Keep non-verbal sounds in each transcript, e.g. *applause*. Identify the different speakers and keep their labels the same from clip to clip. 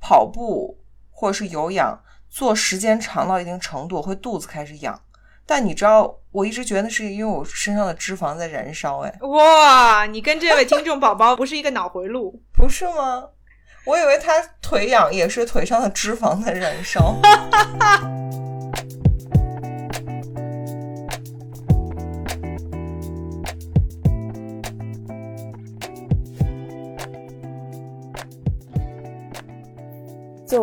Speaker 1: 跑步或者是有氧，做时间长到一定程度，我会肚子开始痒。但你知道，我一直觉得是因为我身上的脂肪在燃烧，哎，
Speaker 2: 哇，你跟这位听众宝宝不是一个脑回路，
Speaker 1: 不是吗？我以为他腿痒也是腿上的脂肪在燃烧。
Speaker 3: 作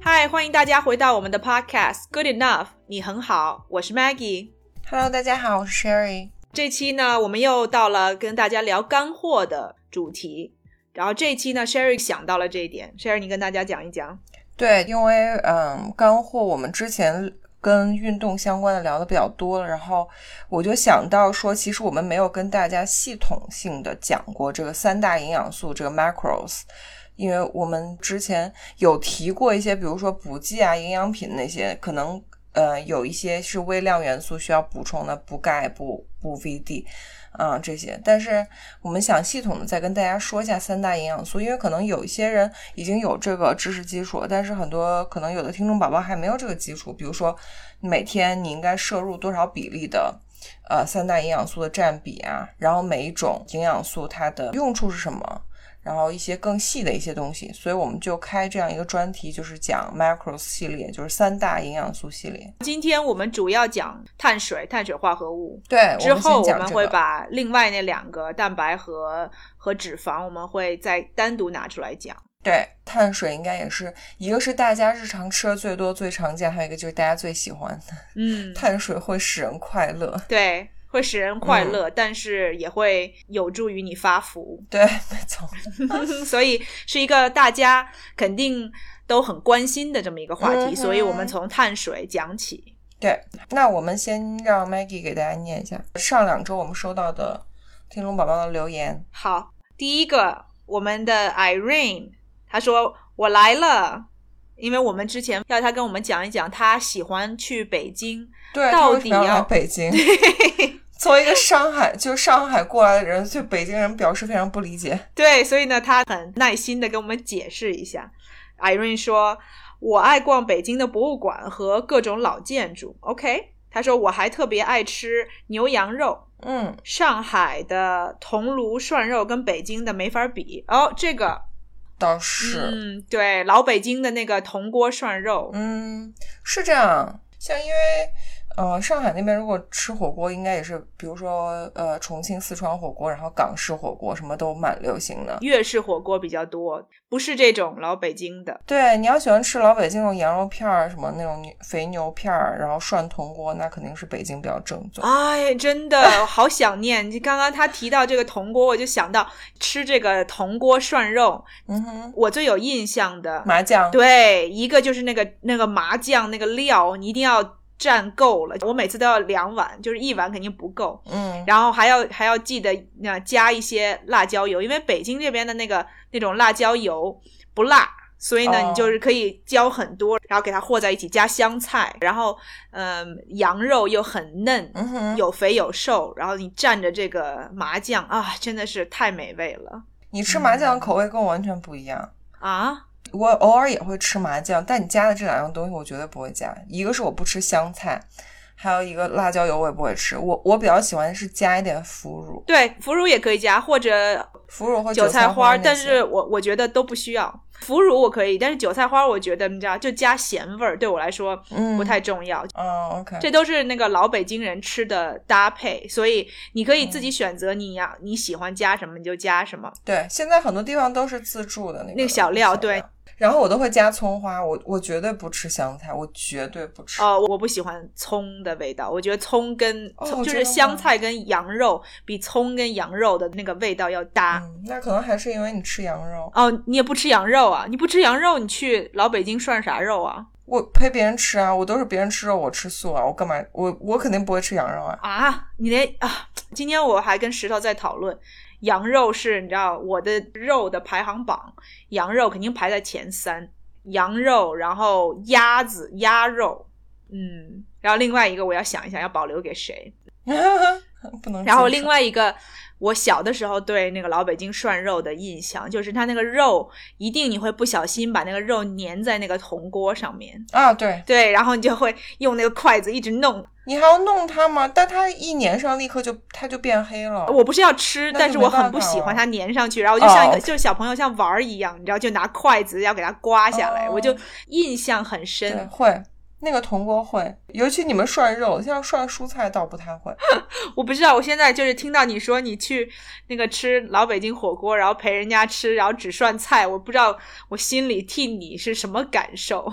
Speaker 2: 嗨，欢迎大家回到我们的 podcast Good Enough，你很好，我是 Maggie。
Speaker 1: Hello，大家好，我是 Sherry。
Speaker 2: 这期呢，我们又到了跟大家聊干货的主题。然后这期呢，Sherry 想到了这一点，Sherry 你跟大家讲一讲。
Speaker 1: 对，因为嗯，干货我们之前跟运动相关的聊的比较多了，然后我就想到说，其实我们没有跟大家系统性的讲过这个三大营养素，这个 macros。因为我们之前有提过一些，比如说补剂啊、营养品那些，可能呃有一些是微量元素需要补充的，补钙、补补 VD 啊、这些。但是我们想系统的再跟大家说一下三大营养素，因为可能有一些人已经有这个知识基础，但是很多可能有的听众宝宝还没有这个基础。比如说每天你应该摄入多少比例的呃三大营养素的占比啊，然后每一种营养素它的用处是什么？然后一些更细的一些东西，所以我们就开这样一个专题，就是讲 macros 系列，就是三大营养素系列。
Speaker 2: 今天我们主要讲碳水、碳水化合物。
Speaker 1: 对，
Speaker 2: 之后
Speaker 1: 哎我
Speaker 2: 我
Speaker 1: 先
Speaker 2: 们
Speaker 1: 讲这
Speaker 2: 会
Speaker 1: 个。
Speaker 2: 把另外那两个蛋白和和脂肪，我们会再单独拿出来讲。
Speaker 1: 对碳水应该也是一个是大家日常吃的最多、最常见，还有一个就是大家最喜欢的
Speaker 2: 嗯，
Speaker 1: 碳水会使人快乐。
Speaker 2: 对，会使人快乐，但是也会有助于你
Speaker 1: *laughs*
Speaker 2: 发福，
Speaker 1: 对，没错。
Speaker 2: 所以是一个大家肯定都很关心的这么一个话题。
Speaker 1: 嗯哼
Speaker 2: 所以我们从碳水讲起。
Speaker 1: 对，那我们先让 Maggie 给大家念一下上两周我们收到的听众宝宝的留言。
Speaker 2: 好，第一个，我们的 Irene，她说我来了。因为我们之前要她跟我们讲一讲，她喜欢去北京，
Speaker 1: 对，
Speaker 2: 到
Speaker 1: 他为什么要
Speaker 2: 底要
Speaker 1: 来北
Speaker 2: *laughs*
Speaker 1: 京？作为一个上海，就是上海过来的人，对北京人表示非常不理解。
Speaker 2: 对，所以呢，他很耐心的跟我们解释一下。Irene 说：“我爱逛北京的博物馆和各种老建筑。” OK，他说我还特别爱吃牛羊肉，
Speaker 1: 嗯，
Speaker 2: 上海的桐庐涮肉跟北京的没法比。哦，这个，
Speaker 1: 倒是，
Speaker 2: 嗯，对，老北京的那个铜锅涮肉，
Speaker 1: 嗯，是这样。像因为，呃，上海那边如果吃火锅，应该也是，比如说，呃，重庆、四川火锅，然后港式火锅，什么都蛮流行的。
Speaker 2: 粤式火锅比较多，不是这种老北京的。
Speaker 1: 对，你要喜欢吃老北京那种羊肉片儿，什么那种牛肥牛片儿，然后涮铜锅，那肯定是北京比较正宗。
Speaker 2: 哎，真的 *laughs* 好想念！你刚刚他提到这个铜锅，我就想到吃这个铜锅涮肉，
Speaker 1: 嗯哼，
Speaker 2: 我最有印象的，
Speaker 1: 麻酱，
Speaker 2: 对，一个就是那个那个麻酱那个料，你一定要蘸够了。我每次都要两碗，就是一碗肯定不够，
Speaker 1: 嗯，
Speaker 2: 然后还要还要记得那、加一些辣椒油，因为北京这边的那个那种辣椒油不辣。所以呢，
Speaker 1: 哦
Speaker 2: 你就是可以浇很多，然后给它和在一起，加香菜，然后，嗯，羊肉又很嫩，
Speaker 1: 嗯哼，
Speaker 2: 有肥有瘦，然后你蘸着这个麻酱啊，真的是太美味了
Speaker 1: 你吃麻酱的口味跟我完全不一样。
Speaker 2: 啊！
Speaker 1: 我偶尔也会吃麻酱，但你加的这两样东西我绝对不会加。一个是我不吃香菜，还有一个辣椒油我也不会吃。我我比较喜欢是加一点腐乳，
Speaker 2: 对，腐乳也可以加，或者
Speaker 1: 腐乳或
Speaker 2: 韭
Speaker 1: 菜
Speaker 2: 菜花儿，
Speaker 1: 那
Speaker 2: 但
Speaker 1: 些
Speaker 2: 是我我觉得都不需要。腐乳我可以，但是韭菜花儿我觉得你知道，就加咸味儿对我来说
Speaker 1: 嗯
Speaker 2: 不太重要。
Speaker 1: 嗯 OK
Speaker 2: 这都是那个老北京人吃的搭配，所以你可以自
Speaker 1: 嗯
Speaker 2: 己选择你要、你喜欢加什么你就加什么。
Speaker 1: 对，现在很多地方都是自助的那个
Speaker 2: 那个小料对。
Speaker 1: 然后我都会加葱花，我我绝对不吃香菜，我绝对不吃。
Speaker 2: 哦，我不喜欢葱的味道，我觉得葱跟、
Speaker 1: 哦
Speaker 2: 葱就
Speaker 1: 真
Speaker 2: 是
Speaker 1: 的吗
Speaker 2: 香菜跟羊肉比葱跟羊肉的那个味道要搭。
Speaker 1: 嗯，那可能还是因为你吃羊肉。
Speaker 2: 哦，你也不吃羊肉啊？你不吃羊肉，你去老北京涮啥肉啊？
Speaker 1: 我陪别人吃啊，我都是别人吃肉，我吃素啊，我干嘛？我我肯定不会吃羊肉啊。 *laughs*
Speaker 2: 啊，你连啊！今天我还跟石头在讨论，羊肉是你知道我的肉的排行榜，羊肉肯定排在前三，羊肉，然后鸭子、鸭肉，嗯，然后另外一个我要想一想要保留给谁，
Speaker 1: 不能接受。
Speaker 2: 然后另外一个，我小的时候对那个老北京涮肉的印象，就是它那个肉一定你会不小心把那个肉粘在那个铜锅上面，
Speaker 1: 啊，对
Speaker 2: 对，然后你就会用那个筷子一直弄。
Speaker 1: 你还要弄它吗？但它一粘上，立刻就它就变黑了。
Speaker 2: 哦我不是要吃，
Speaker 1: 那
Speaker 2: 但
Speaker 1: 就是
Speaker 2: 我
Speaker 1: 没办
Speaker 2: 很不
Speaker 1: 法
Speaker 2: 喜欢
Speaker 1: 了
Speaker 2: 它粘上去，然后就像一个、
Speaker 1: 哦
Speaker 2: 就是小朋友像玩儿一样，你知道，就拿筷子要给它刮下来，我就
Speaker 1: 哦
Speaker 2: 印象很
Speaker 1: 对
Speaker 2: 深。
Speaker 1: 会那个铜锅会，尤其你们涮肉，像涮蔬菜倒不
Speaker 2: *laughs*
Speaker 1: 太会。
Speaker 2: 我不知道，我现在就是听到你说你去那个吃老北京火锅，然后陪人家吃，然后只涮菜，我不知道我心里替你是什么感受，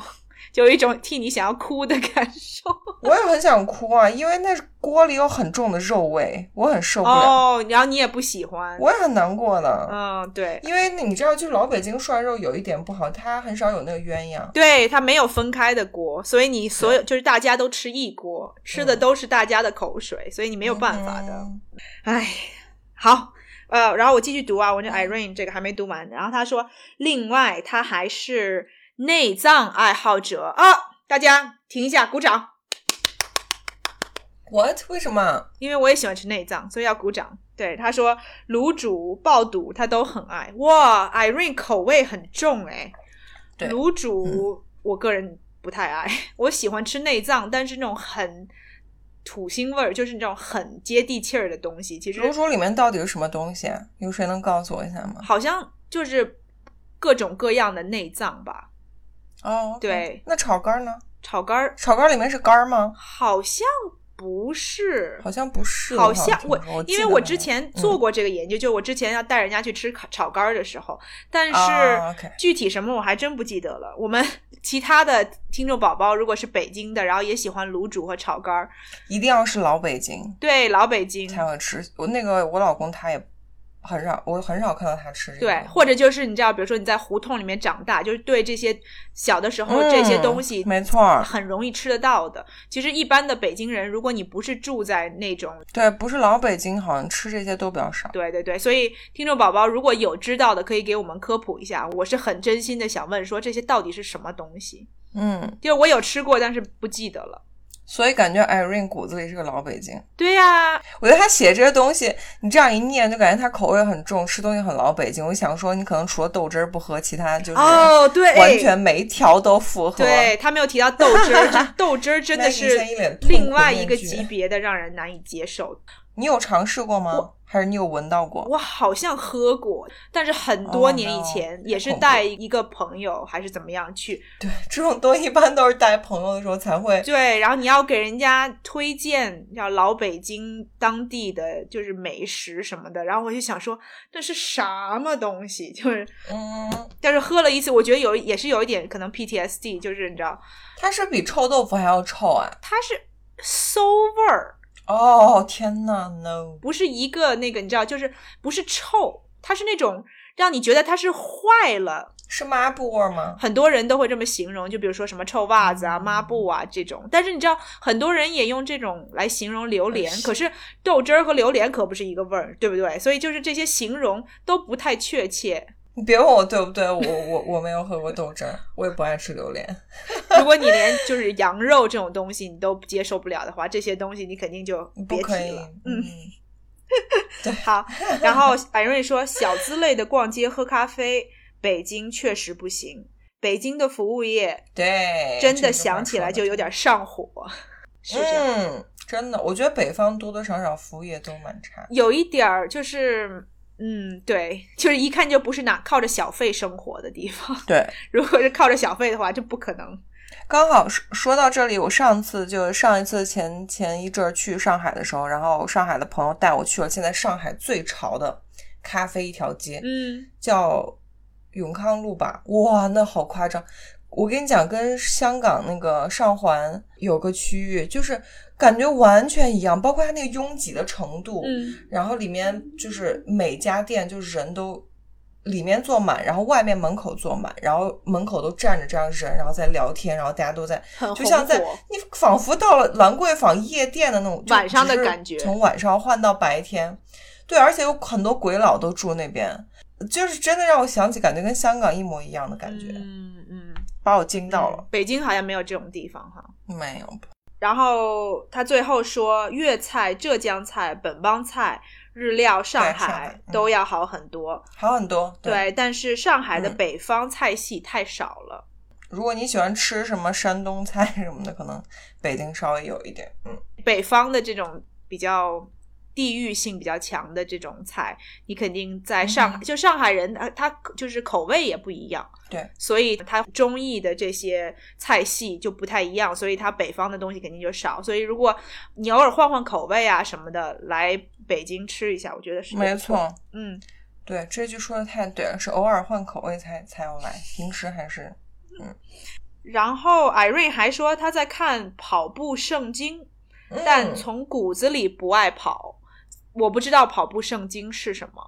Speaker 2: 就有一种替你想要哭的感受。
Speaker 1: 我也很想哭啊，因为那锅里有很重的肉味，我很受不了，
Speaker 2: 哦，然后你也不喜欢，
Speaker 1: 我也很难过的。
Speaker 2: 嗯，对。
Speaker 1: 因为你知道，就是老北京涮肉有一点不好，它很少有那个鸳鸯。
Speaker 2: 对，它没有分开的锅，所以你所有就是大家都吃一锅，吃的都是大家的口水，所以你没有办法的。
Speaker 1: 嗯
Speaker 2: 唉，好，呃，然后我继续读啊，我这
Speaker 1: 嗯
Speaker 2: Irene 这个还没读完。然后他说，另外他还是内脏爱好者啊，大家停一下，鼓掌，
Speaker 1: What？为什么？
Speaker 2: 因为我也喜欢吃内脏，所以要鼓掌。对，他说卤煮、爆肚他都很爱。哇，Irene 口味很重哎、
Speaker 1: 对嗯
Speaker 2: 卤煮、我个人不太爱， *laughs* 我喜欢吃内脏，但是那种很土腥味儿，就是那种很接地气儿的东西。其实
Speaker 1: 卤煮里面到底是什么东西啊？有谁能告诉我一下吗？
Speaker 2: 好像就是各种各样的内脏吧，
Speaker 1: 哦，
Speaker 2: 对。
Speaker 1: 那炒肝呢？
Speaker 2: 炒肝儿
Speaker 1: 炒肝里面是肝吗？
Speaker 2: 好像不是，
Speaker 1: 好像不是，
Speaker 2: 好
Speaker 1: 我
Speaker 2: 像
Speaker 1: 听
Speaker 2: 我
Speaker 1: 说我，
Speaker 2: 因为
Speaker 1: 记得
Speaker 2: 我
Speaker 1: 好
Speaker 2: 之
Speaker 1: 像
Speaker 2: 前
Speaker 1: 嗯
Speaker 2: 做过这个研究，就我之前要带人家去吃烤炒肝儿的时候，但
Speaker 1: 啊
Speaker 2: 是
Speaker 1: ，OK
Speaker 2: 具体什么我还真不记得了。我们 *laughs* 其他的听众宝宝，如果是北京的，然后也喜欢卤煮和炒肝儿，
Speaker 1: 一定要是老北京
Speaker 2: 对老北京，
Speaker 1: 才会吃。我那个我老公他也很少，我很少看到他吃这个东西。，
Speaker 2: 对或者就是你知道，比如说你在胡同里面长大，就是对这些小的时候
Speaker 1: 嗯
Speaker 2: 这些东西，
Speaker 1: 没错儿
Speaker 2: 很容易吃得到的。其实一般的北京人，如果你不是住在那种，
Speaker 1: 对，不是老北京，好像吃这些都比较少。
Speaker 2: 对对对，所以听众宝宝如果有知道的，可以给我们科普一下。我是很真心的想问说，这些到底是什么东西？
Speaker 1: 嗯，
Speaker 2: 就是我有吃过，但是不记得了。
Speaker 1: 所以感觉 Irene 骨子里是个老北京。
Speaker 2: 对呀、
Speaker 1: 我觉得他写这些东西，你这样一念，就感觉他口味很重，吃东西很老北京。我想说，你可能除了豆汁儿不喝，其他就是
Speaker 2: 哦对，
Speaker 1: 完全每一条都符合。
Speaker 2: 对他没有提到豆汁儿，
Speaker 1: *laughs*
Speaker 2: 这豆汁儿真的是
Speaker 1: 那以前一脸痛苦
Speaker 2: 另外一个
Speaker 1: 面具
Speaker 2: 级别的让人难以接受。
Speaker 1: 你有尝试过吗？还是你有闻到过？
Speaker 2: 我好像喝过，但是很多年以前
Speaker 1: Oh no，
Speaker 2: 也是
Speaker 1: 恐怖
Speaker 2: 带一个朋友还是怎么样去，
Speaker 1: 对，这种东西一般都是带朋友的时候才会。
Speaker 2: 对，然后你要给人家推荐要老北京当地的就是美食什么的，然后我就想说那是什么东西， *laughs* 就是
Speaker 1: 嗯，
Speaker 2: 但是喝了一次，我觉得有也是有一点可能 PTSD，就是你知道
Speaker 1: 它是比臭豆腐还要臭啊！
Speaker 2: 它是馊味儿，
Speaker 1: 哦，天呐 n o
Speaker 2: 不是一个那个你知道就是不是臭，它是那种让你觉得它是坏了。
Speaker 1: 是抹布味儿吗？
Speaker 2: 很多人都会这么形容，就比如说什么臭袜子啊、抹布啊这种。但是你知道，很多人也用这种来形容榴莲，
Speaker 1: 哎是
Speaker 2: 可是豆汁儿和榴莲可不是一个味儿，对不对？所以就是这些形容都不太确切。
Speaker 1: 你别问我对不对，我我我没有喝过豆汁儿，我也不爱吃榴莲。
Speaker 2: 如果你连就是羊肉这种东西你都接受不了的话，这些东西你肯定就
Speaker 1: 不
Speaker 2: 别
Speaker 1: 可以
Speaker 2: 提了。。
Speaker 1: 嗯
Speaker 2: 嗯，，好。然后艾瑞说，小资类的逛街喝咖啡，北京确实不行。北京的服务业
Speaker 1: 对，
Speaker 2: 真
Speaker 1: 这
Speaker 2: 的
Speaker 1: 句话
Speaker 2: 想起来
Speaker 1: 说得
Speaker 2: 就有点上火，是不是？
Speaker 1: 嗯，真的，我觉得北方多多少少服务业都蛮差。
Speaker 2: 有一点儿就是，嗯，对，就是一看就不是拿靠着小费生活的地方。 *laughs*
Speaker 1: 对，
Speaker 2: 如果是靠着小费的话，这不可能。
Speaker 1: 刚好说说到这里，我上次就上一次前前一阵儿去上海的时候，然后上海的朋友带我去了现在上海最潮的咖啡一条街，
Speaker 2: 嗯，
Speaker 1: 叫永康路吧，哇，那好夸张！我跟你讲，跟香港那个上环有个区域，就是感觉完全一样，包括它那个拥挤的程度，
Speaker 2: 嗯，
Speaker 1: 然后里面就是每家店就是人都里面坐满，然后外面门口坐满，然后门口都站着这样人，然后在聊天，然后大家都在，
Speaker 2: 很
Speaker 1: 就像在
Speaker 2: 红火
Speaker 1: 你仿佛到了兰桂坊夜店的那种就
Speaker 2: 晚上的
Speaker 1: 只是
Speaker 2: 感觉
Speaker 1: 从晚上换到白天，对，而且有很多鬼佬都住那边，就是真的让我想起，感觉跟香港一模一样的感觉，
Speaker 2: 嗯嗯，
Speaker 1: 把我惊到了。
Speaker 2: 嗯北京好像没有这种地方哈。
Speaker 1: 没有，
Speaker 2: 然后他最后说，粤菜、浙江菜、本帮菜、日料、上
Speaker 1: 对上
Speaker 2: 海
Speaker 1: 海嗯
Speaker 2: 都要好很多。
Speaker 1: 还有很多。对，
Speaker 2: 对，但是上海的
Speaker 1: 嗯
Speaker 2: 北方菜系太少了。
Speaker 1: 如果你喜欢吃什么山东菜什么的，可能北京稍微有一点，嗯。
Speaker 2: 北方的这种比较地域性比较强的这种菜，你肯定在上海，
Speaker 1: 嗯
Speaker 2: 就上海人呃他他就是口味也不一样，
Speaker 1: 对，
Speaker 2: 所以他中意的这些菜系就不太一样，所以他北方的东西肯定就少。所以如果你偶尔换换口味啊什么的，来北京吃一下，我觉得是
Speaker 1: 没，错，
Speaker 2: 嗯，
Speaker 1: 对，这句说的太对了，是偶尔换口味才才要来，平时还是
Speaker 2: 然后 Irene 还说她在看《跑步圣经》，但
Speaker 1: 嗯
Speaker 2: 从骨子里不爱跑。我不知道《跑步圣经》是什么。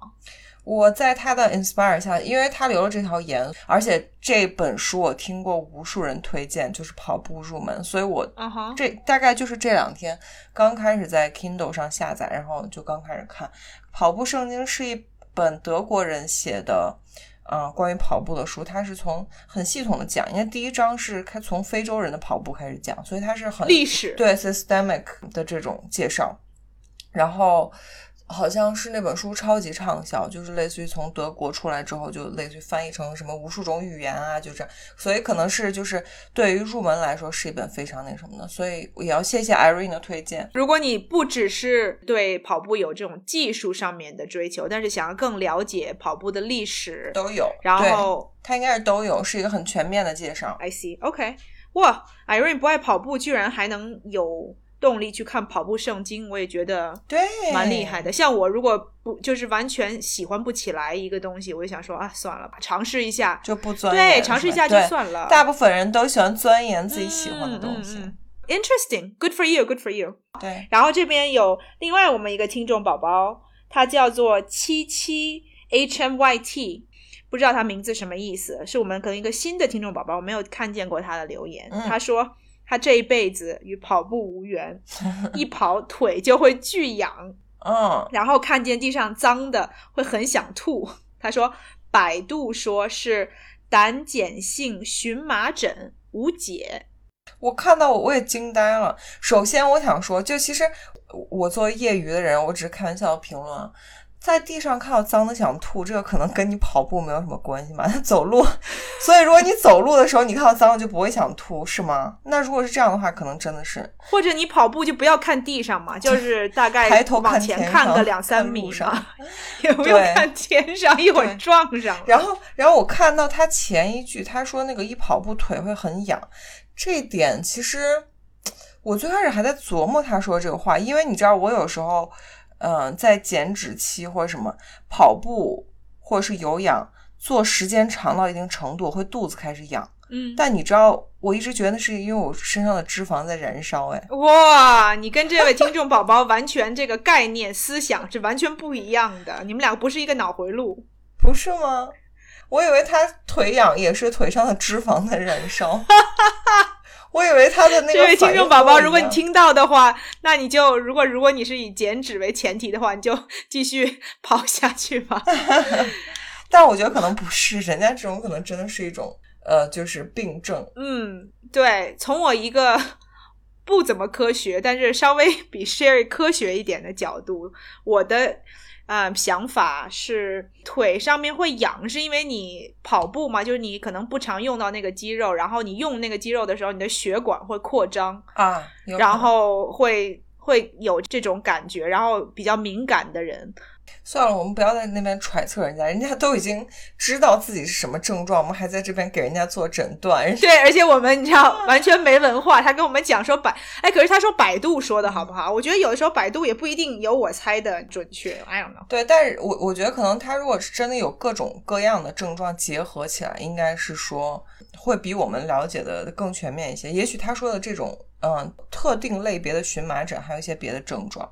Speaker 1: 我在他的 inspire 下，因为他留了这条言，而且这本书我听过无数人推荐，就是跑步入门，所以我
Speaker 2: 嗯哼，
Speaker 1: 这大概就是这两天刚开始在 Kindle 上下载，然后就刚开始看《跑步圣经》是一本德国人写的，呃，关于跑步的书。它是从很系统的讲，因为第一章是开从非洲人的跑步开始讲，所以它是很
Speaker 2: 历史
Speaker 1: 对 systemic 的这种介绍，然后好像是那本书超级畅销，就是类似于从德国出来之后，就类似于翻译成什么无数种语言啊，就这样，所以可能是就是对于入门来说是一本非常那什么的，所以也要谢谢 Irene 的推荐。
Speaker 2: 如果你不只是对跑步有这种技术上面的追求，但是想要更了解跑步的历史，
Speaker 1: 都有，
Speaker 2: 然
Speaker 1: 对
Speaker 2: 后
Speaker 1: 它应该是都有，是一个很全面的介绍。
Speaker 2: I see OK，哇，Irene 不爱跑步，居然还能有动力去看《跑步圣经》，我也觉得
Speaker 1: 对，
Speaker 2: 蛮厉害的。像我如果不就是完全喜欢不起来一个东西，我就想说啊，算了吧，尝试一下，
Speaker 1: 就不钻研
Speaker 2: 对，
Speaker 1: 是吧
Speaker 2: 尝试一下就
Speaker 1: 对
Speaker 2: 算了。
Speaker 1: 大部分人都喜欢钻研自己喜欢的东西，
Speaker 2: 嗯嗯嗯 Interesting，good for you，good for you。
Speaker 1: 对，
Speaker 2: 然后这边有另外我们一个听众宝宝，他叫做七七 H M Y T，不知道他名字什么意思，是我们可能一个新的听众宝宝，我没有看见过他的留言。
Speaker 1: 嗯
Speaker 2: 他说他这一辈子与跑步无缘，一跑腿就会巨痒，
Speaker 1: 嗯，
Speaker 2: 然后看见地上脏的会很想吐。他说百度说是胆碱性荨麻疹无解，
Speaker 1: 我看到我我也惊呆了。首先，我想说，就其实我我作为业余的人，我只是开玩笑的评论啊。在地上看到脏的想吐，这个可能跟你跑步没有什么关系嘛。 *laughs* 走路，所以如果你走路的时候你看到脏的就不会想吐，是吗？那如果是这样的话，可能真的是
Speaker 2: 或者你跑步就不要看地
Speaker 1: *laughs*
Speaker 2: 上嘛，就是大概
Speaker 1: 抬头
Speaker 2: 往
Speaker 1: 看
Speaker 2: 前
Speaker 1: 天
Speaker 2: 看
Speaker 1: 上
Speaker 2: 个两三
Speaker 1: 看
Speaker 2: 米
Speaker 1: 路上
Speaker 2: 嘛，也不用
Speaker 1: 对
Speaker 2: 看天上，一会儿
Speaker 1: 对
Speaker 2: 撞上了。
Speaker 1: 然后，然后我看到他前一句，他说那个一跑步腿会很痒，这一点其实我最开始还在琢磨他说这个话，因为你知道我有时候，嗯、在减脂期或者什么跑步或者是有氧，做时间长到一定程度，我会肚子开始痒。
Speaker 2: 嗯，
Speaker 1: 但你知道，我一直觉得那是因为我身上的脂肪在燃烧，哎，
Speaker 2: 哇，你跟这位听众宝宝完全这个概念思想是完全不一样的，你们俩不是一个脑回路。
Speaker 1: 不是吗？我以为他腿痒也是腿上的脂肪在燃
Speaker 2: *laughs*
Speaker 1: 烧。我以为他的那个
Speaker 2: 这位听
Speaker 1: 反应
Speaker 2: 众
Speaker 1: 和
Speaker 2: 宝宝，
Speaker 1: 我一
Speaker 2: 如果你
Speaker 1: 样
Speaker 2: 听到的话，那你就如果如果你是以减脂为前提的话，你就继续跑下去吧。
Speaker 1: 但我觉得可能不是，人家这种可能真的是一种呃，就是病症。
Speaker 2: 嗯，对，从我一个不怎么科学，但是稍微比 Sherry 科学一点的角度，我的呃想法是，腿上面会痒，是因为你跑步嘛，就是你可能不常用到那个肌肉，然后你用那个肌肉的时候，你的血管会扩张，
Speaker 1: 啊，有可能
Speaker 2: 然后会会有这种感觉，然后比较敏感的人
Speaker 1: 算了，我们不要在那边揣测人家，人家都已经知道自己是什么症状，我们还在这边给人家做诊断， *laughs* 人家
Speaker 2: *laughs* 对，而且我们你知道完全没文化，他跟我们讲说百，哎，可是他说百度说的好不好？我觉得有的时候百度也不一定有我猜的准确，I don't know。
Speaker 1: 对，但是我我觉得可能他如果是真的有各种各样的症状结合起来，应该是说会比我们了解的更全面一些。也许他说的这种嗯特定类别的荨麻疹，还有一些别的症状，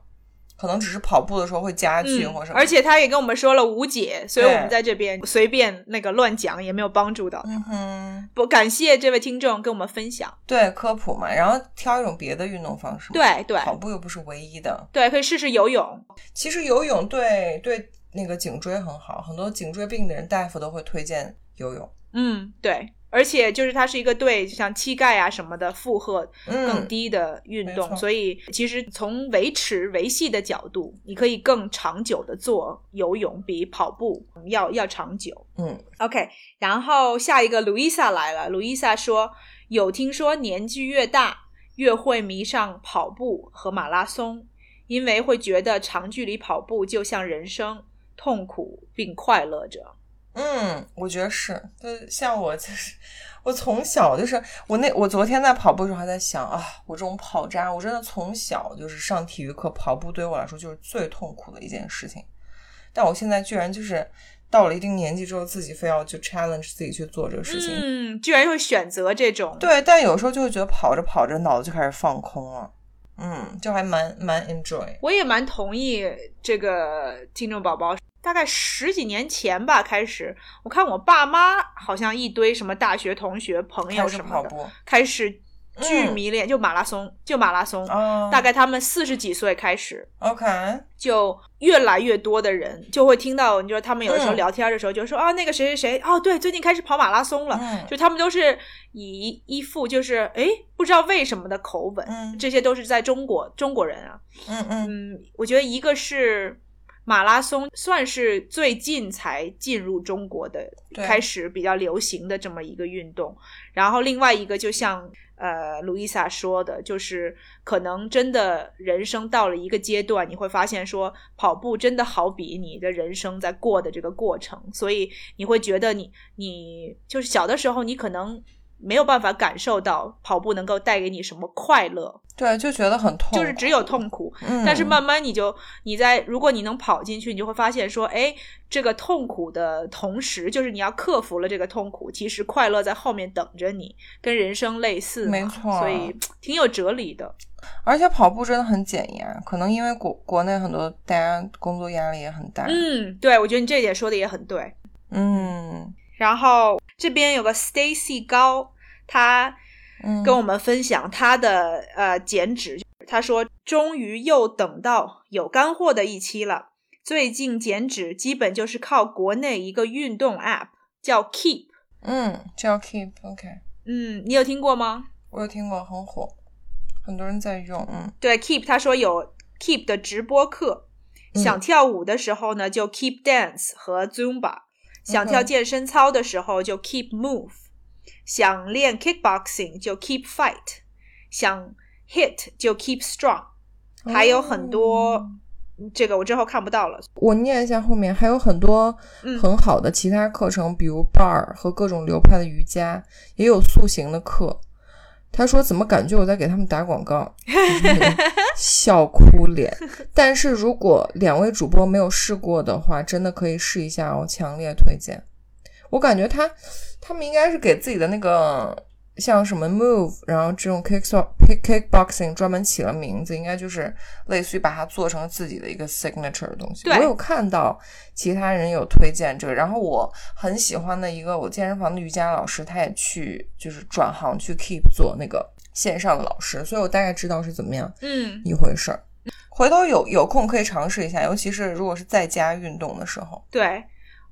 Speaker 1: 可能只是跑步的时候会加剧或什么。
Speaker 2: 嗯而且他也跟我们说了无解，所以我
Speaker 1: 嗯对
Speaker 2: 们在这边随便那个乱讲也没有帮助到他。
Speaker 1: 嗯哼，
Speaker 2: 不，感谢这位听众跟我们分享。
Speaker 1: 对科普嘛，然后挑一种别的运动方式嘛。
Speaker 2: 对对
Speaker 1: 跑步又不是唯一的。
Speaker 2: 对，可以试试游泳。
Speaker 1: 其实游泳对对那个颈椎很好，很多颈椎病的人大夫都会推荐游泳。
Speaker 2: 嗯，对。而且就是它是一个对像膝盖啊什么的负荷更
Speaker 1: 嗯，
Speaker 2: 低的运动，
Speaker 1: 没错
Speaker 2: 所以其实从维持维系的角度，你可以更长久的做游泳，比跑步要要长久。
Speaker 1: 嗯
Speaker 2: ，OK。然后下一个卢伊萨来了，卢伊萨说有听说年纪越大越会迷上跑步和马拉松，因为会觉得长距离跑步就像人生，痛苦并快乐着。
Speaker 1: 嗯，我觉得是，就像我就是。 *laughs* 我从小就是我那我昨天在跑步的时候还在想啊，我这种跑渣，我真的从小就是上体育课跑步，对我来说就是最痛苦的一件事情。但我现在居然就是到了一定年纪之后，自己非要去 challenge 自己去做这个事情，
Speaker 2: 嗯，居然会选择这种
Speaker 1: 对，但有时候就会觉得跑着跑着脑子就开始放空了，嗯，就还蛮蛮 enjoy。
Speaker 2: 我也蛮同意这个听众宝宝。大概十几年前吧，开始我看我爸妈好像一堆什么大学同学、朋友
Speaker 1: 开始
Speaker 2: 什么
Speaker 1: 跑
Speaker 2: 的，
Speaker 1: 步
Speaker 2: 开始巨
Speaker 1: 嗯
Speaker 2: 迷恋，就马拉松，就马拉松。
Speaker 1: 啊，
Speaker 2: 大概他们四十几岁开始，
Speaker 1: OK，
Speaker 2: 就越来越多的人就会听到，你说他们有的时候
Speaker 1: 嗯
Speaker 2: 聊天的时候就说、啊，那个谁谁谁，哦，对，最近开始跑马拉松了，
Speaker 1: 嗯
Speaker 2: 就他们都是以一副就是哎不知道为什么的口吻，
Speaker 1: 嗯
Speaker 2: 这些都是在中国中国人啊，
Speaker 1: 嗯嗯
Speaker 2: 嗯，我觉得一个是马拉松，算是最近才进入中国的
Speaker 1: 对
Speaker 2: 开始比较流行的这么一个运动，然后另外一个就像呃路易莎说的，就是可能真的人生到了一个阶段，你会发现说跑步真的好比你的人生在过的这个过程，所以你会觉得你你就是小的时候你可能。没有办法感受到跑步能够带给你什么快乐，
Speaker 1: 对，就觉得很痛苦，
Speaker 2: 就是只有痛苦。
Speaker 1: 嗯，
Speaker 2: 但是慢慢你就你在，如果你能跑进去，你就会发现说，哎，这个痛苦的同时，就是你要克服了这个痛苦，其实快乐在后面等着你，跟人生类似嘛，
Speaker 1: 没错
Speaker 2: 所以挺有哲理的。
Speaker 1: 而且跑步真的很减压，可能因为国国内很多大家工作压力也很大，
Speaker 2: 嗯，对，我觉得你这一点说的也很对。
Speaker 1: 嗯
Speaker 2: 然后这边有个 Stacy 高，她
Speaker 1: 嗯，
Speaker 2: 跟我们分享她的呃减脂，她说终于又等到有干货的一期了。最近减脂基本就是靠国内一个运动 App 叫 Keep，
Speaker 1: 嗯叫 Keep OK，
Speaker 2: 嗯，你有听过吗？
Speaker 1: 我有听过，很火，很多人在用，嗯
Speaker 2: 对 Keep，他说有 Keep 的直播课，
Speaker 1: 嗯
Speaker 2: 想跳舞的时候呢就 Keep Dance 和 Zumba，
Speaker 1: 嗯
Speaker 2: 想跳健身操的时候就 Keep Move，想练 Kickboxing 就 Keep Fight，想 Hit 就 Keep Strong，
Speaker 1: 哦
Speaker 2: 还有很多、这个我之后看不到了。
Speaker 1: 我念一下后面，还有很多
Speaker 2: 嗯
Speaker 1: 很好的其他课程，比如 bar 和各种流派的瑜伽，也有塑形的课。他说：“怎么感觉我在给他们打广告？”笑哭脸。但是如果两位主播没有试过的话，真的可以试一下哦，强烈推荐。我感觉他他们应该是给自己的那个像什么 move，然后这种 kick kick kickboxing 专门起了名字，应该就是类似于把它做成自己的一个 signature 的东西。
Speaker 2: 对
Speaker 1: 我有看到其他人有推荐这个，然后我很喜欢的一个我健身房的瑜伽老师，他也去就是转行去 keep 做那个线上的老师，所以我大概知道是怎么样
Speaker 2: 嗯，
Speaker 1: 一回事儿。回头有有空可以尝试一下，尤其是如果是在家运动的时候，
Speaker 2: 对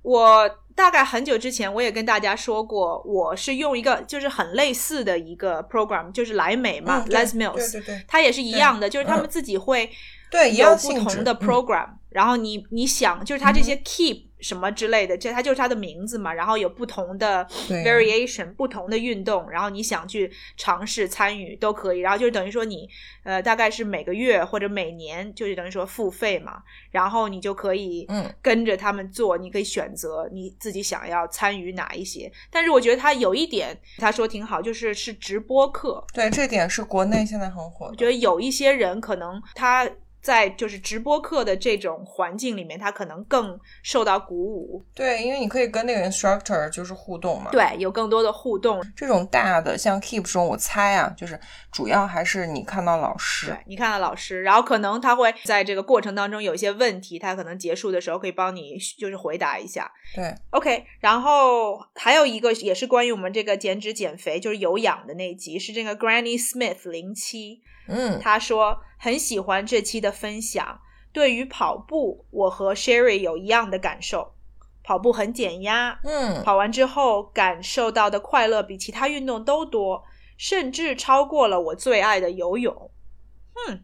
Speaker 2: 我大概很久之前我也跟大家说过，我是用一个就是很类似的一个 program，就是莱美
Speaker 1: 嗯
Speaker 2: 嘛、l
Speaker 1: 对
Speaker 2: e s Mills，
Speaker 1: 对对
Speaker 2: 它也是一样的，就是他们
Speaker 1: 嗯
Speaker 2: 自己会
Speaker 1: 对一
Speaker 2: 有
Speaker 1: 样
Speaker 2: 不
Speaker 1: 性质
Speaker 2: 同的
Speaker 1: 嗯
Speaker 2: program，、然后你你想，就是它这些 keep、什么之类的，这它就是它的名字嘛。然后有不同的
Speaker 1: 对啊
Speaker 2: variation，、不同的运动，然后你想去尝试参与都可以。然后就是等于说你呃，大概是每个月或者每年，就是等于说付费嘛。然后你就可以
Speaker 1: 嗯
Speaker 2: 跟着他们做，你可以选择你自己想要参与哪一些。但是我觉得他有一点他说挺好，就是是直播课，
Speaker 1: 对，这点是国内现在很火
Speaker 2: 我
Speaker 1: 的。
Speaker 2: 觉得有一些人可能他在就是直播课的这种环境里面，他可能更受到鼓舞，
Speaker 1: 对，因为你可以跟那个 instructor 就是互动嘛。，
Speaker 2: 对，有更多的互动。
Speaker 1: 这种大的像 Keep 这种，我猜啊，就是主要还是你看到老师
Speaker 2: 对。，你看到老师，然后可能他会在这个过程当中有一些问题，他可能结束的时候可以帮你就是回答一下。
Speaker 1: 对，
Speaker 2: OK，然后还有一个也是关于我们这个减脂减肥，就是有氧的那一集，是这个 Granny Smith 零七，
Speaker 1: 嗯，
Speaker 2: 他说很喜欢这期的分享。对于跑步，我和 Sherry 有一样的感受，跑步很减压，
Speaker 1: 嗯，
Speaker 2: 跑完之后感受到的快乐比其他运动都多，甚至超过了我最爱的游泳。嗯，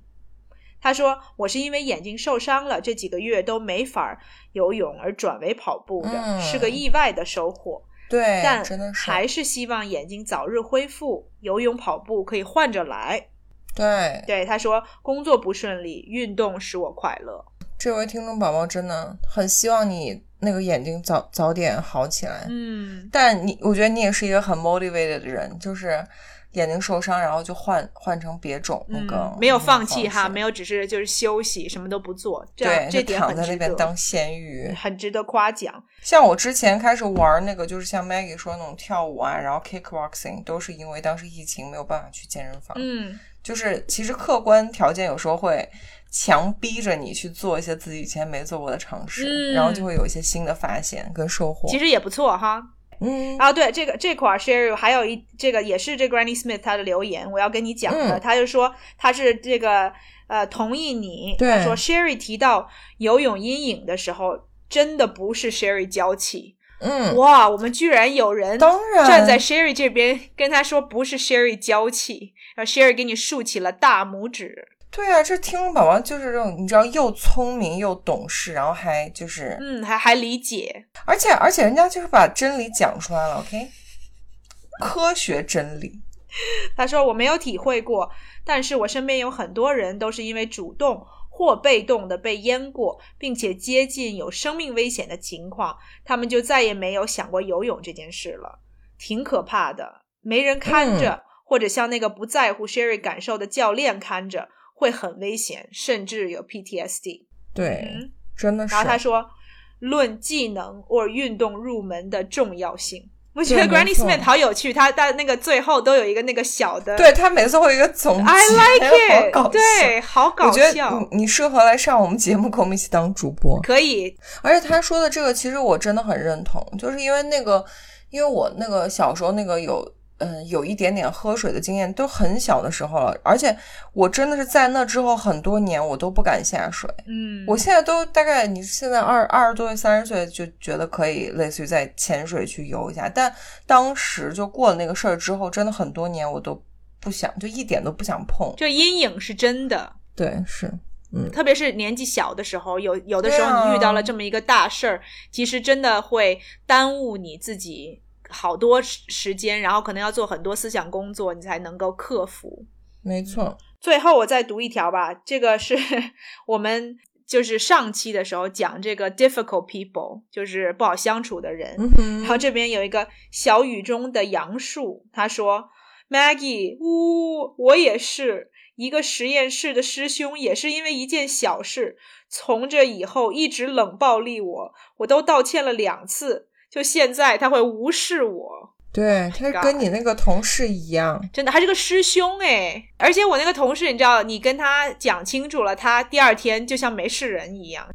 Speaker 2: 他说我是因为眼睛受伤了，这几个月都没法游泳而转为跑步的，
Speaker 1: 嗯
Speaker 2: 是个意外的收获。
Speaker 1: 对，
Speaker 2: 但
Speaker 1: 真的是，
Speaker 2: 还是希望眼睛早日恢复，游泳、跑步可以换着来。
Speaker 1: 对，
Speaker 2: 对，他说工作不顺利，运动使我快乐。
Speaker 1: 这位听众宝宝真的很希望你那个眼睛早早点好起来。
Speaker 2: 嗯，
Speaker 1: 但你，我觉得你也是一个很 motivated 的人，就是眼睛受伤，然后就换换成别种那个，
Speaker 2: 嗯、没有放弃哈，没
Speaker 1: 有
Speaker 2: 有只是就是休息，什么都不做，这
Speaker 1: 对，
Speaker 2: 样这
Speaker 1: 就
Speaker 2: 点
Speaker 1: 躺
Speaker 2: 很
Speaker 1: 在
Speaker 2: 值
Speaker 1: 那边
Speaker 2: 得。
Speaker 1: 当咸鱼。
Speaker 2: 很值得夸奖。
Speaker 1: 像我之前开始玩那个，就是像 Maggie 说那种跳舞啊，然后 kickboxing，都是因为当时疫情没有办法去健身房，
Speaker 2: 嗯，
Speaker 1: 就是其实客观条件有时候会强逼着你去做一些自己以前没做过的尝试，
Speaker 2: 嗯
Speaker 1: 然后就会有一些新的发现跟收获。
Speaker 2: 其实也不错哈。
Speaker 1: 嗯，
Speaker 2: 啊，对，这个这块儿 Sherry 还有一这个也是这 Granny Smith 她的留言，我要跟你讲的，
Speaker 1: 嗯
Speaker 2: 她就说她是这个呃同意你，
Speaker 1: 对
Speaker 2: 她说 Sherry 提到游泳阴影的时候，真的不是 Sherry 娇气，
Speaker 1: 嗯，
Speaker 2: 哇，我们居然有人
Speaker 1: 当然
Speaker 2: 站在 Sherry 这边跟她说不是 Sherry 娇气，然后 Sherry 给你竖起了大拇指，
Speaker 1: 对啊，这听众宝宝就是这种，你知道又聪明又懂事，然后还就是，
Speaker 2: 嗯，还还理解，
Speaker 1: 而且而且人家就是把真理讲出来了，OK，科学真理，
Speaker 2: 他说我没有体会过，但是我身边有很多人都是因为主动或被动的被淹过，并且接近有生命危险的情况，他们就再也没有想过游泳这件事了，挺可怕的。没人看
Speaker 1: 嗯
Speaker 2: 着，或者像那个不在乎 Sherry 感受的教练看着，会很危险，甚至有 PTSD。
Speaker 1: 对，
Speaker 2: 嗯，
Speaker 1: 真的是啊
Speaker 2: 然后。他说，论技能或运动入门的重要性。我觉得
Speaker 1: 对没
Speaker 2: Granny
Speaker 1: 错
Speaker 2: Smith 好有趣，他在那个最后都有一个那个小的
Speaker 1: 对他每次会有一个总结 *laughs*
Speaker 2: I like
Speaker 1: 好搞
Speaker 2: it，对，好
Speaker 1: 笑。我
Speaker 2: 搞
Speaker 1: 觉
Speaker 2: 笑
Speaker 1: 得，你你嗯适合来上我们节目，跟我们一起当主播。
Speaker 2: 可以，
Speaker 1: 而且他说的这个，其实我真的很认同，就是因为那个，因为我那个小时候那个有，嗯，有一点点喝水的经验，都很小的时候了。而且我真的是在那之后很多年，我都不敢下水。
Speaker 2: 嗯，
Speaker 1: 我现在都大概，你现在二二十多岁、三十岁就觉得可以，类似于在潜水去游一下。但当时就过了那个事儿之后，真的很多年我都不想，就一点都不想碰。
Speaker 2: 这阴影是真的，
Speaker 1: 对，是，
Speaker 2: 特别是年纪小的时候，有有的时
Speaker 1: 对啊
Speaker 2: 候你遇到了这么一个大事儿，其实真的会耽误你自己好多时时间，然后可能要做很多思想工作，你才能够克服。
Speaker 1: 没错。
Speaker 2: 最后我再读一条吧，这个是我们就是上期的时候讲这个 difficult people，就是不好相处的人，
Speaker 1: 嗯
Speaker 2: 然
Speaker 1: 哼，
Speaker 2: 后这边有一个小雨中的杨树，他说：“Maggie，呜，我也是一个实验室的师兄，也是因为一件小事，从这以后一直冷暴力我，我都道歉了两次，就现在他会无视我，
Speaker 1: 对，他
Speaker 2: God
Speaker 1: 跟你那个同事一样。
Speaker 2: 真的还是个师兄哎！而且我那个同事，你知道，你跟他讲清楚了，他第二天就像没事人一样。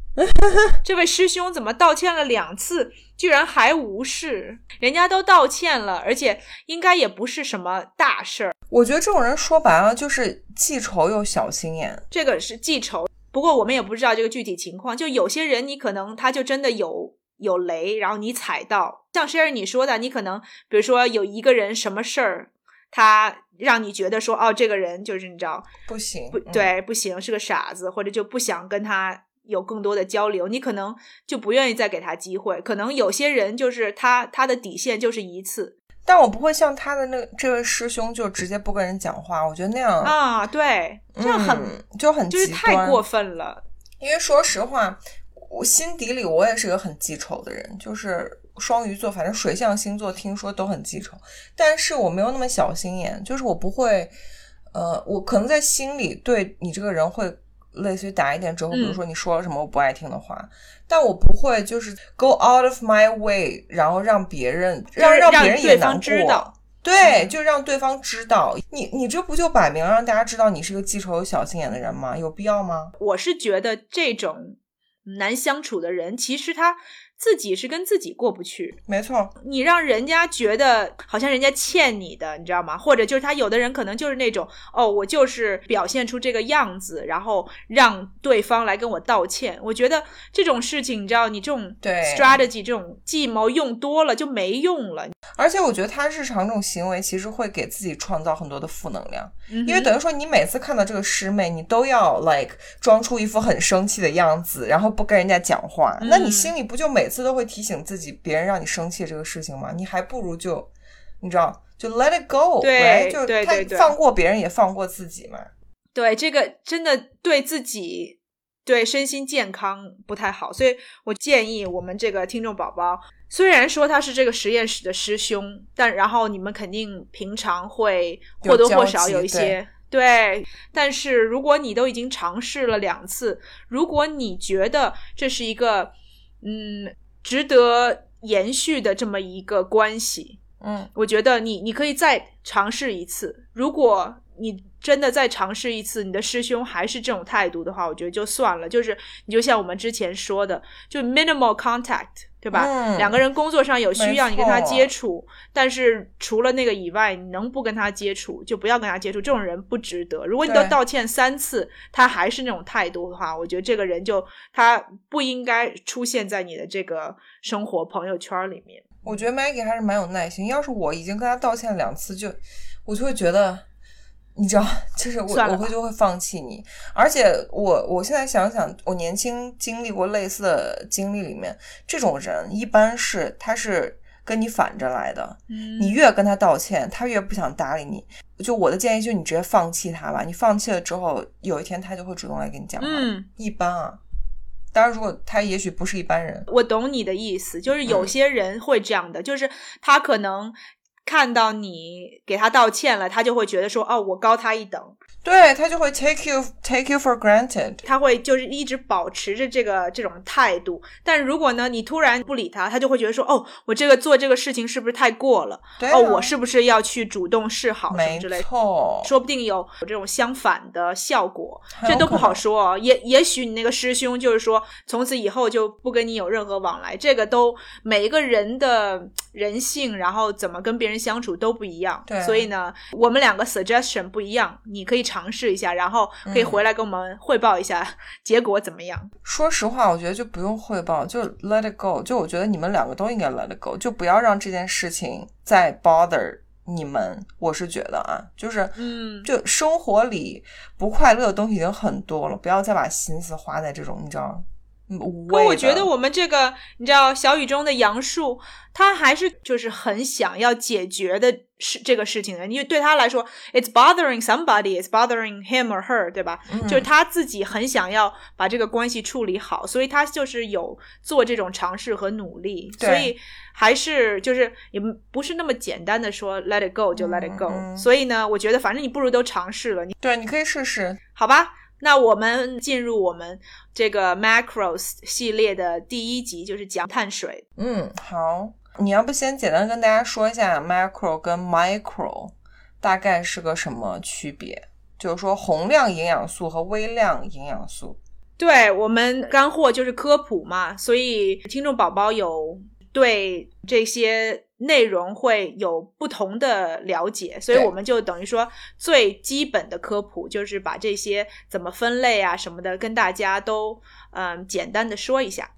Speaker 2: 这位师兄怎么道歉了两次，居然还无视？人家都道歉了，而且应该也不是什么大事儿，
Speaker 1: 我觉得这种人说白了就是记仇又小心眼，
Speaker 2: 这个是记仇。不过我们也不知道这个具体情况，就有些人你可能他就真的有有雷，然后你踩到，像 Sherry 你说的，你可能比如说有一个人什么事儿，他让你觉得说哦，这个人就是你知道。
Speaker 1: 不行。
Speaker 2: 不
Speaker 1: 嗯，
Speaker 2: 对，不行，是个傻子，或者就不想跟他有更多的交流，你可能就不愿意再给他机会。可能有些人就是他他的底线就是一次
Speaker 1: 但我不会像他的那个这位师兄就直接不跟人讲话，我觉得那样
Speaker 2: 啊，对，这样很、
Speaker 1: 嗯就很
Speaker 2: 就是
Speaker 1: 极
Speaker 2: 太
Speaker 1: 端
Speaker 2: 过分了。
Speaker 1: 因为说实话，我心底里我也是个很记仇的人，就是双鱼座，反正水象星座听说都很记仇，但是我没有那么小心眼，就是我不会，呃，我可能在心里对你这个人会类似于打一点折扣，
Speaker 2: 嗯
Speaker 1: 比如说你说了什么我不爱听的话，但我不会就是 go out of my way，然后让别人
Speaker 2: 就是
Speaker 1: 让
Speaker 2: 让
Speaker 1: 别人也
Speaker 2: 对
Speaker 1: 难
Speaker 2: 方
Speaker 1: 过。
Speaker 2: 知道
Speaker 1: 对，
Speaker 2: 嗯
Speaker 1: 就让对方知道你，你这不就摆明了让大家知道你是个记仇、有小心眼的人吗？有必要吗？
Speaker 2: 我是觉得这种难相处的人，其实他自己是跟自己过不去。
Speaker 1: 没错，
Speaker 2: 你让人家觉得好像人家欠你的，你知道吗？或者就是他有的人可能就是那种哦，我就是表现出这个样子，然后让对方来跟我道歉。我觉得这种事情，你知道，你这种
Speaker 1: 对
Speaker 2: strategy 这种计谋用多了就没用了，嗯
Speaker 1: 而且我觉得他日常这种行为其实会给自己创造很多的负能量，
Speaker 2: 因
Speaker 1: 因为等于说你每次看到这个师妹，你都要 like 装出一副很生气的样子，然后不跟人家讲话，
Speaker 2: 嗯
Speaker 1: 那你心里不就每次都会提醒自己别人让你生气这个事情吗？你还不如就，你知道，就 let it go，
Speaker 2: 对
Speaker 1: right？就是
Speaker 2: 对对
Speaker 1: 他
Speaker 2: 对
Speaker 1: 放过别人也放过自己嘛。
Speaker 2: 对这个真的对自己、对身心健康不太好，所以我建议我们这个听众宝宝，虽然说他是这个实验室的师兄，但然后你们肯定平常会
Speaker 1: 有
Speaker 2: 或多
Speaker 1: 交
Speaker 2: 或少
Speaker 1: 集
Speaker 2: 有一些。对，但是如果你都已经尝试了两次，如果你觉得这是一个嗯值得延续的这么一个关系，
Speaker 1: 嗯，
Speaker 2: 我觉得你你可以再尝试一次。如果你真的再尝试一次，你的师兄还是这种态度的话，我觉得就算了。就是你就像我们之前说的，就 minimal contact，对吧？
Speaker 1: 嗯
Speaker 2: 两个人工作上有需要，
Speaker 1: 没错
Speaker 2: 你跟他接触，但是除了那个以外，你能不跟他接触就不要跟他接触。这种人不值得。如果你都
Speaker 1: 对
Speaker 2: 道歉三次，他还是那种态度的话，我觉得这个人就他不应该出现在你的这个生活朋友圈里面。
Speaker 1: 我觉得 Maggie 还是蛮有耐心。要是我已经跟他道歉两次，就我就会觉得，你知道，就是我
Speaker 2: 算了
Speaker 1: 我
Speaker 2: 吧
Speaker 1: 会就会放弃你。而且我我现在想想，我年轻经历过类似的经历里面，这种人一般是他是跟你反着来的，
Speaker 2: 嗯
Speaker 1: 你越跟他道歉，他越不想搭理你。就我的建议就是你直接放弃他吧，你放弃了之后，有一天他就会主动来跟你讲话。
Speaker 2: 嗯。
Speaker 1: 一般啊，当然如果他也许不是一般人，
Speaker 2: 我懂你的意思，就是
Speaker 1: 嗯
Speaker 2: 有些人会这样的，就是他可能看到你给他道歉了，他就会觉得说，哦，我高他一等，
Speaker 1: 对他就会 take you take you for granted。
Speaker 2: 他会就是一直保持着这个这种态度。但如果呢，你突然不理他，他就会觉得说，哦，我这个做这个事情是不是太过了？
Speaker 1: 对、啊
Speaker 2: 哦，我是不是要去主动示好什么
Speaker 1: 没
Speaker 2: 之类的？
Speaker 1: 错，
Speaker 2: 说不定有有这种相反的效果，
Speaker 1: 很有
Speaker 2: 这都不
Speaker 1: 可能
Speaker 2: 好。说啊。也也许你那个师兄就是说，从此以后就不跟你有任何往来，这个都每一个人的嘖人性，然后怎么跟别人相处都不一样。
Speaker 1: 对
Speaker 2: 所以呢，我们两个 suggestion 不一样，你可以尝试一下，然后可以
Speaker 1: 嗯
Speaker 2: 回来跟我们汇报一下结果怎么样。
Speaker 1: 说实话，我觉得就不用汇报，就 let it go。就我觉得你们两个都应该 let it go，就不要让这件事情再 bother 你们。我是觉得啊，就是
Speaker 2: 嗯
Speaker 1: 就生活里不快乐的东西已经很多了，不要再把心思花在这种你知道嗯无
Speaker 2: 可
Speaker 1: 谓的。
Speaker 2: 我觉得我们这个，你知道，小雨中的杨树，他还是就是很想要解决的事这个事情的，因为对他来说，it's bothering somebody, it's bothering him or her，对吧？
Speaker 1: 嗯
Speaker 2: 就是他自己很想要把这个关系处理好，所以他就是有做这种尝试和努力，
Speaker 1: 对
Speaker 2: 所以还是就是也不是那么简单的说 let it go 就 let it go、
Speaker 1: 嗯嗯
Speaker 2: 所以呢，我觉得反正你不如都尝试了，
Speaker 1: 对，你可以试试。
Speaker 2: 好吧，那我们进入我们这个 macros 系列的第一集，就是讲碳水。
Speaker 1: 嗯，好，你要不先简单跟大家说一下 macro 跟 micro 大概是个什么区别？就是说宏量营养素和微量营养素。
Speaker 2: 对我们干货就是科普嘛，所以听众宝宝有对这些内容会有不同的了解，所以
Speaker 1: 对
Speaker 2: 我们就等于说最基本的科普就是把这些怎么分类啊什么的跟大家都嗯简单的说一下。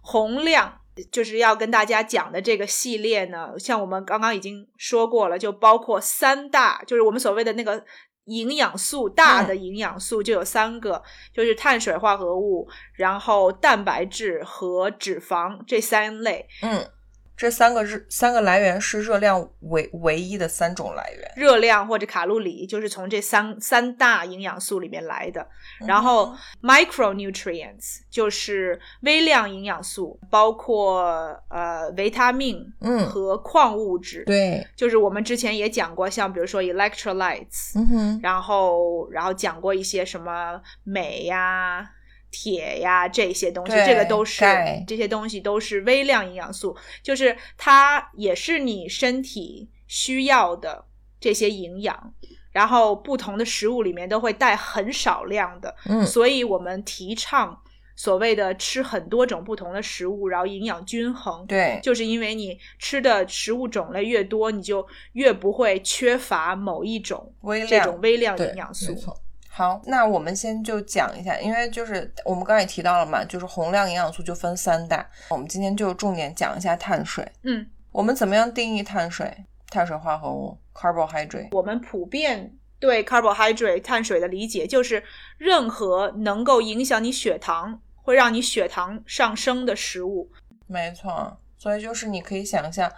Speaker 2: 宏量就是要跟大家讲的这个系列呢，像我们刚刚已经说过了，就包括三大，就是我们所谓的那个营养素大的营养素就有三个，就是碳水化合物，然后蛋白质和脂肪这三类。
Speaker 1: 嗯，这三个热三个来源是热量唯唯一的三种来源。
Speaker 2: 热量或者卡路里就是从这三三大营养素里面来的。然后 micronutrients 就是微量营养素，包括呃维他命
Speaker 1: 嗯
Speaker 2: 和矿物质。，
Speaker 1: 对，
Speaker 2: 就是我们之前也讲过，像比如说 electrolytes，、
Speaker 1: 嗯哼，
Speaker 2: 然后然后讲过一些什么镁呀、铁呀这些东西，
Speaker 1: 对
Speaker 2: 这个都是
Speaker 1: 钙
Speaker 2: 这些东西都是微量营养素，就是它也是你身体需要的这些营养。然后不同的食物里面都会带很少量的，
Speaker 1: 嗯
Speaker 2: 所以我们提倡所谓的吃很多种不同的食物，然后营养均衡。
Speaker 1: 对，
Speaker 2: 就是因为你吃的食物种类越多，你就越不会缺乏某一种
Speaker 1: 微
Speaker 2: 这
Speaker 1: 量
Speaker 2: 种微量
Speaker 1: 对，
Speaker 2: 呃营养素
Speaker 1: 没。错。好，那我们先就讲一下，因为就是我们刚才也提到了嘛，就是宏量营养素就分三大，我们今天就重点讲一下碳水。
Speaker 2: 嗯，
Speaker 1: 我们怎么样定义碳水？碳水化合物 （carbohydrate）。
Speaker 2: 我们普遍对 carbohydrate 碳水的理解就是任何能够影响你血糖、会让你血糖上升的食物。
Speaker 1: 没错，所以就是你可以想象，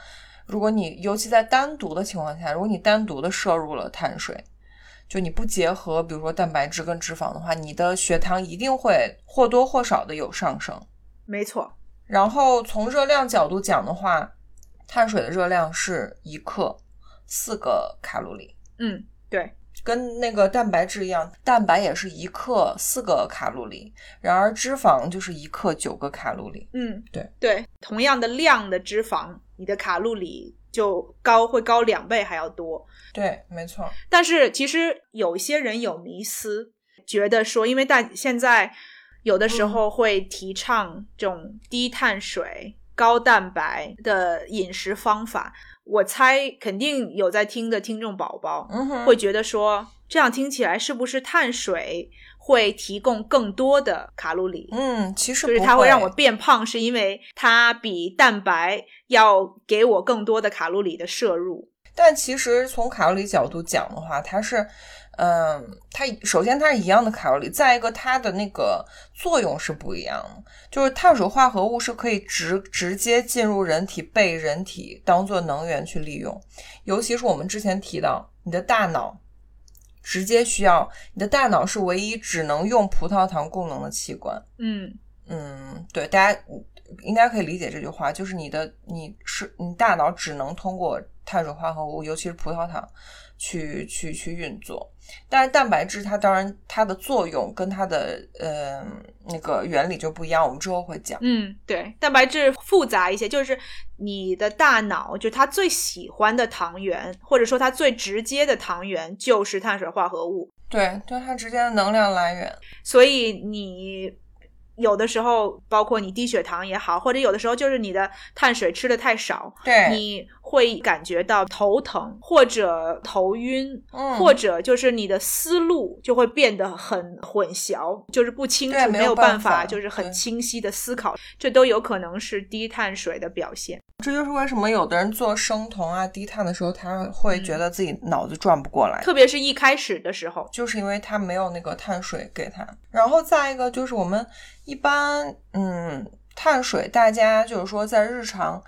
Speaker 1: 如果你尤其在单独的情况下，如果你单独的摄入了碳水，就你不结合比如说蛋白质跟脂肪的话，你的血糖一定会或多或少的有上升。
Speaker 2: 没错，
Speaker 1: 然后从热量角度讲的话，碳水的热量是一克四个卡路里，
Speaker 2: 嗯，对，
Speaker 1: 跟那个蛋白质一样，蛋白也是一克四个卡路里，然而脂肪就是一克九个卡路里。
Speaker 2: 嗯，
Speaker 1: 对
Speaker 2: 对，同样的量的脂肪，你的卡路里就高会高两倍还要多。
Speaker 1: 对，没错，
Speaker 2: 但是其实有一些人有迷思，觉得说，因为大现在有的时候会提倡这种低碳水、高蛋白的饮食方法。我猜肯定有在听的听众宝宝
Speaker 1: 嗯哼，
Speaker 2: 会觉得说，这样听起来是不是碳水会提供更多的卡路里？
Speaker 1: 嗯，其实
Speaker 2: 就是
Speaker 1: 不
Speaker 2: 它会让我变胖，是因为它比蛋白要给我更多的卡路里的摄入。
Speaker 1: 但其实从卡路里角度讲的话，它是，嗯，它首先它是一样的卡路里，再一个它的那个作用是不一样的。就是碳水化合物是可以直直接进入人体，被人体当做能源去利用，尤其是我们之前提到你的大脑。直接需要你的大脑是唯一只能用葡萄糖供能的器官，
Speaker 2: 嗯
Speaker 1: 嗯，对，大家应该可以理解这句话，就是你的你是你大脑只能通过碳水化合物，尤其是葡萄糖去去去运作。但是蛋白质它当然它的作用跟它的呃那个原理就不一样，我们之后会讲。
Speaker 2: 嗯，对，蛋白质复杂一些，就是你的大脑，就它最喜欢的糖原，或者说它最直接的糖原就是碳水化合物，
Speaker 1: 对，就是它之间的能量来源。
Speaker 2: 所以你有的时候，包括你低血糖也好，或者有的时候就是你的碳水吃的太少，
Speaker 1: 对，
Speaker 2: 你会感觉到头疼或者头晕。
Speaker 1: 嗯，
Speaker 2: 或者就是你的思路就会变得很混淆，就是不清楚
Speaker 1: 对，没
Speaker 2: 没
Speaker 1: 有
Speaker 2: 有
Speaker 1: 办法
Speaker 2: 法，就是
Speaker 1: 对
Speaker 2: 很清晰的思考，这都有可能是低碳水的表现。
Speaker 1: 这就是为什么有的人做生酮啊、低碳的时候，他会
Speaker 2: 嗯
Speaker 1: 觉得自己脑子转不过来。
Speaker 2: 特别是一开始的时候，
Speaker 1: 就是因为它没有那个碳水给它。然后再一个就是我们一般，嗯，碳水大家就是说在日常，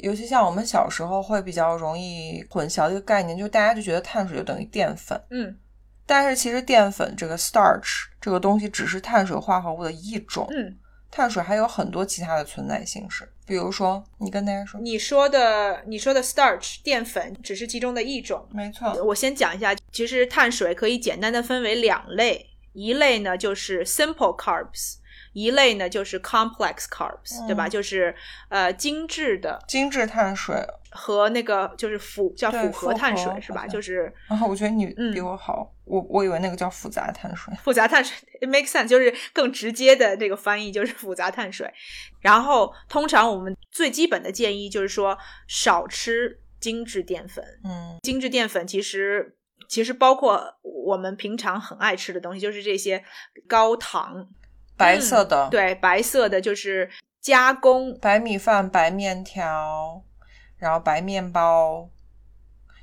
Speaker 1: 尤其像我们小时候会比较容易混淆的一个概念，就大家就觉得碳水就等于淀粉，
Speaker 2: 嗯
Speaker 1: 但是其实淀粉这个 starch 这个东西只是碳水化合物的一种，
Speaker 2: 嗯，
Speaker 1: 碳水还有很多其他的存在形式，比如说你跟大家说，
Speaker 2: 你说的你说的 starch 淀粉只是其中的一种。
Speaker 1: 没错，
Speaker 2: 我先讲一下，其实碳水可以简单的分为两类，一类呢就是 simple carbs，一类呢就是 complex carbs，、
Speaker 1: 嗯
Speaker 2: 对吧？就是呃精致的
Speaker 1: 精致碳水
Speaker 2: 和那个就是复叫
Speaker 1: 对
Speaker 2: 复合
Speaker 1: 复
Speaker 2: 碳水
Speaker 1: 合
Speaker 2: 是吧？
Speaker 1: 好像 *laughs*
Speaker 2: 就是
Speaker 1: 然啊后我觉得你
Speaker 2: 嗯
Speaker 1: 比我好，我我以为那个叫复杂碳水。
Speaker 2: 复杂碳水 it makes sense，就是更直接的这个翻译就是复杂碳水。然后通常我们最基本的建议就是说少吃精致淀粉，
Speaker 1: 嗯，
Speaker 2: 精致淀粉其实其实包括我们平常很爱吃的东西，就是这些高糖，嗯
Speaker 1: 白色的，
Speaker 2: 对，白色的就是加工。
Speaker 1: 白米饭、白面条，然后白面包，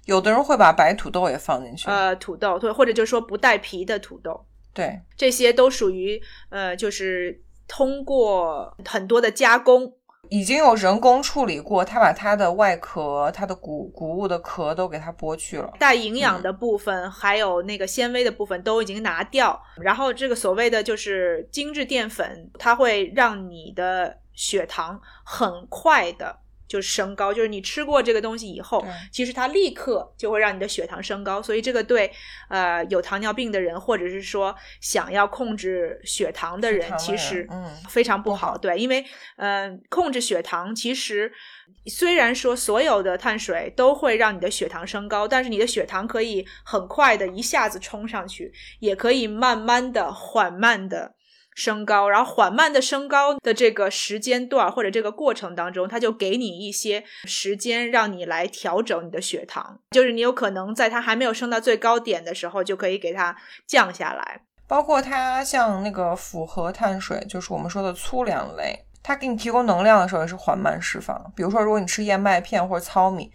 Speaker 1: 有的人会把白土豆也放进去，
Speaker 2: 呃，土豆，或或者就是说不带皮的土豆，
Speaker 1: 对，
Speaker 2: 这些都属于呃，就是通过很多的加工，
Speaker 1: 已经有人工处理过，他把它的外壳、它的谷谷物的壳都给它剥去了。
Speaker 2: 带营养的部分，还有那个纤维的部分都已经拿掉。然后这个所谓的就是精致淀粉，它会让你的血糖很快的就升高，就是你吃过这个东西以后
Speaker 1: 对，
Speaker 2: 其实它立刻就会让你的血糖升高。所以这个对呃有糖尿病的人，或者是说想要控制血糖的
Speaker 1: 血
Speaker 2: 人，
Speaker 1: 糖的
Speaker 2: 其
Speaker 1: 人
Speaker 2: 实
Speaker 1: 嗯
Speaker 2: 非常不
Speaker 1: 不好
Speaker 2: 好。对，因为嗯、呃控制血糖其实虽然说所有的碳水都会让你的血糖升高，但是你的血糖可以很快的一下子冲上去，也可以慢慢的、缓慢的。升高，然后缓慢的升高的这个时间段或者这个过程当中，它就给你一些时间让你来调整你的血糖，就是你有可能在它还没有升到最高点的时候，就可以给它降下来。
Speaker 1: 包括它像那个复合碳水，就是我们说的粗粮类，它给你提供能量的时候也是缓慢释放。比如说，如果你吃燕麦片或者糙米，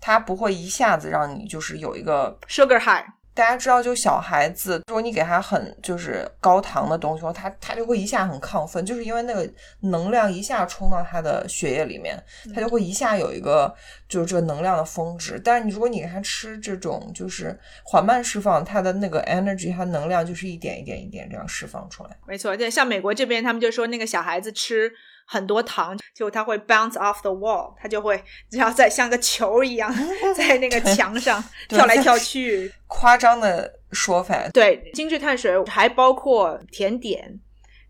Speaker 1: 它不会一下子让你就是有一个
Speaker 2: Sugar high，
Speaker 1: 大家知道，就小孩子，如果你给他很就是高糖的东西，他他就会一下很亢奋，就是因为那个能量一下冲到他的血液里面，
Speaker 2: 嗯
Speaker 1: 他就会一下有一个就是这个能量的峰值。但是你如果你给他吃这种就是缓慢释放，他的那个 energy，它能量就是一点一点一点这样释放出来。
Speaker 2: 没错，对，像美国这边，他们就说那个小孩子吃很多糖，就他会 bounce off the wall，他就会只要在像个球一 *laughs* 样在那个墙上
Speaker 1: 对
Speaker 2: 跳来跳去。
Speaker 1: 夸张的说法，
Speaker 2: 对，精致碳水还包括甜点，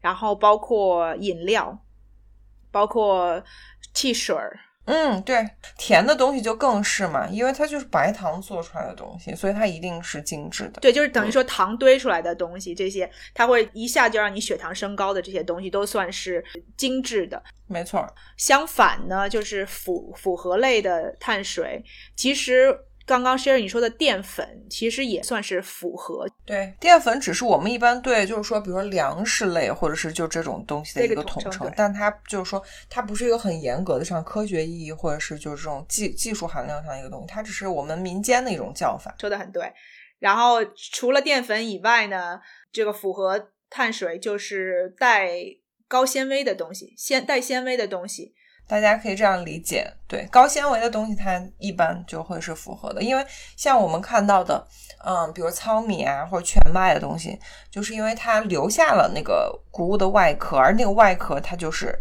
Speaker 2: 然后包括饮料，包括汽水儿。
Speaker 1: 嗯，对，甜的东西就更是嘛，因为它就是白糖做出来的东西，所以它一定是精致的。
Speaker 2: 对，就是等于说糖堆出来的东西，这些它会一下就让你血糖升高的这些东西，都算是精致的。
Speaker 1: 没错儿，
Speaker 2: 相反呢，就是复复合类的碳水，其实刚刚 Sherry 你说的淀粉，其实也算是复合
Speaker 1: 对，淀粉只是我们一般对，就是说，比如说粮食类或者是就这种东西的
Speaker 2: 这
Speaker 1: 一
Speaker 2: 个
Speaker 1: 个
Speaker 2: 统
Speaker 1: 统
Speaker 2: 称
Speaker 1: 称
Speaker 2: 对，
Speaker 1: 但它就是说，它不是一个很严格的像科学意义或者是就是这种技技术含量上的一个东西，它只是我们民间的一种叫法。
Speaker 2: 说的很对。然后除了淀粉以外呢，这个复合碳水就是带高纤维的东西，纤带纤维的东西，
Speaker 1: 大家可以这样理解，对高纤维的东西，它一般就会是符合的，因为像我们看到的，嗯，比如糙米啊或者全麦的东西，就是因为它留下了那个谷物的外壳，而那个外壳它就是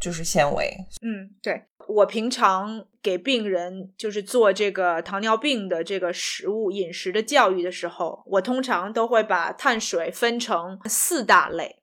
Speaker 1: 就是纤维，
Speaker 2: 嗯，对，我平常给病人就是做这个糖尿病的这个食物饮食的教育的时候，我通常都会把碳水分成四大类。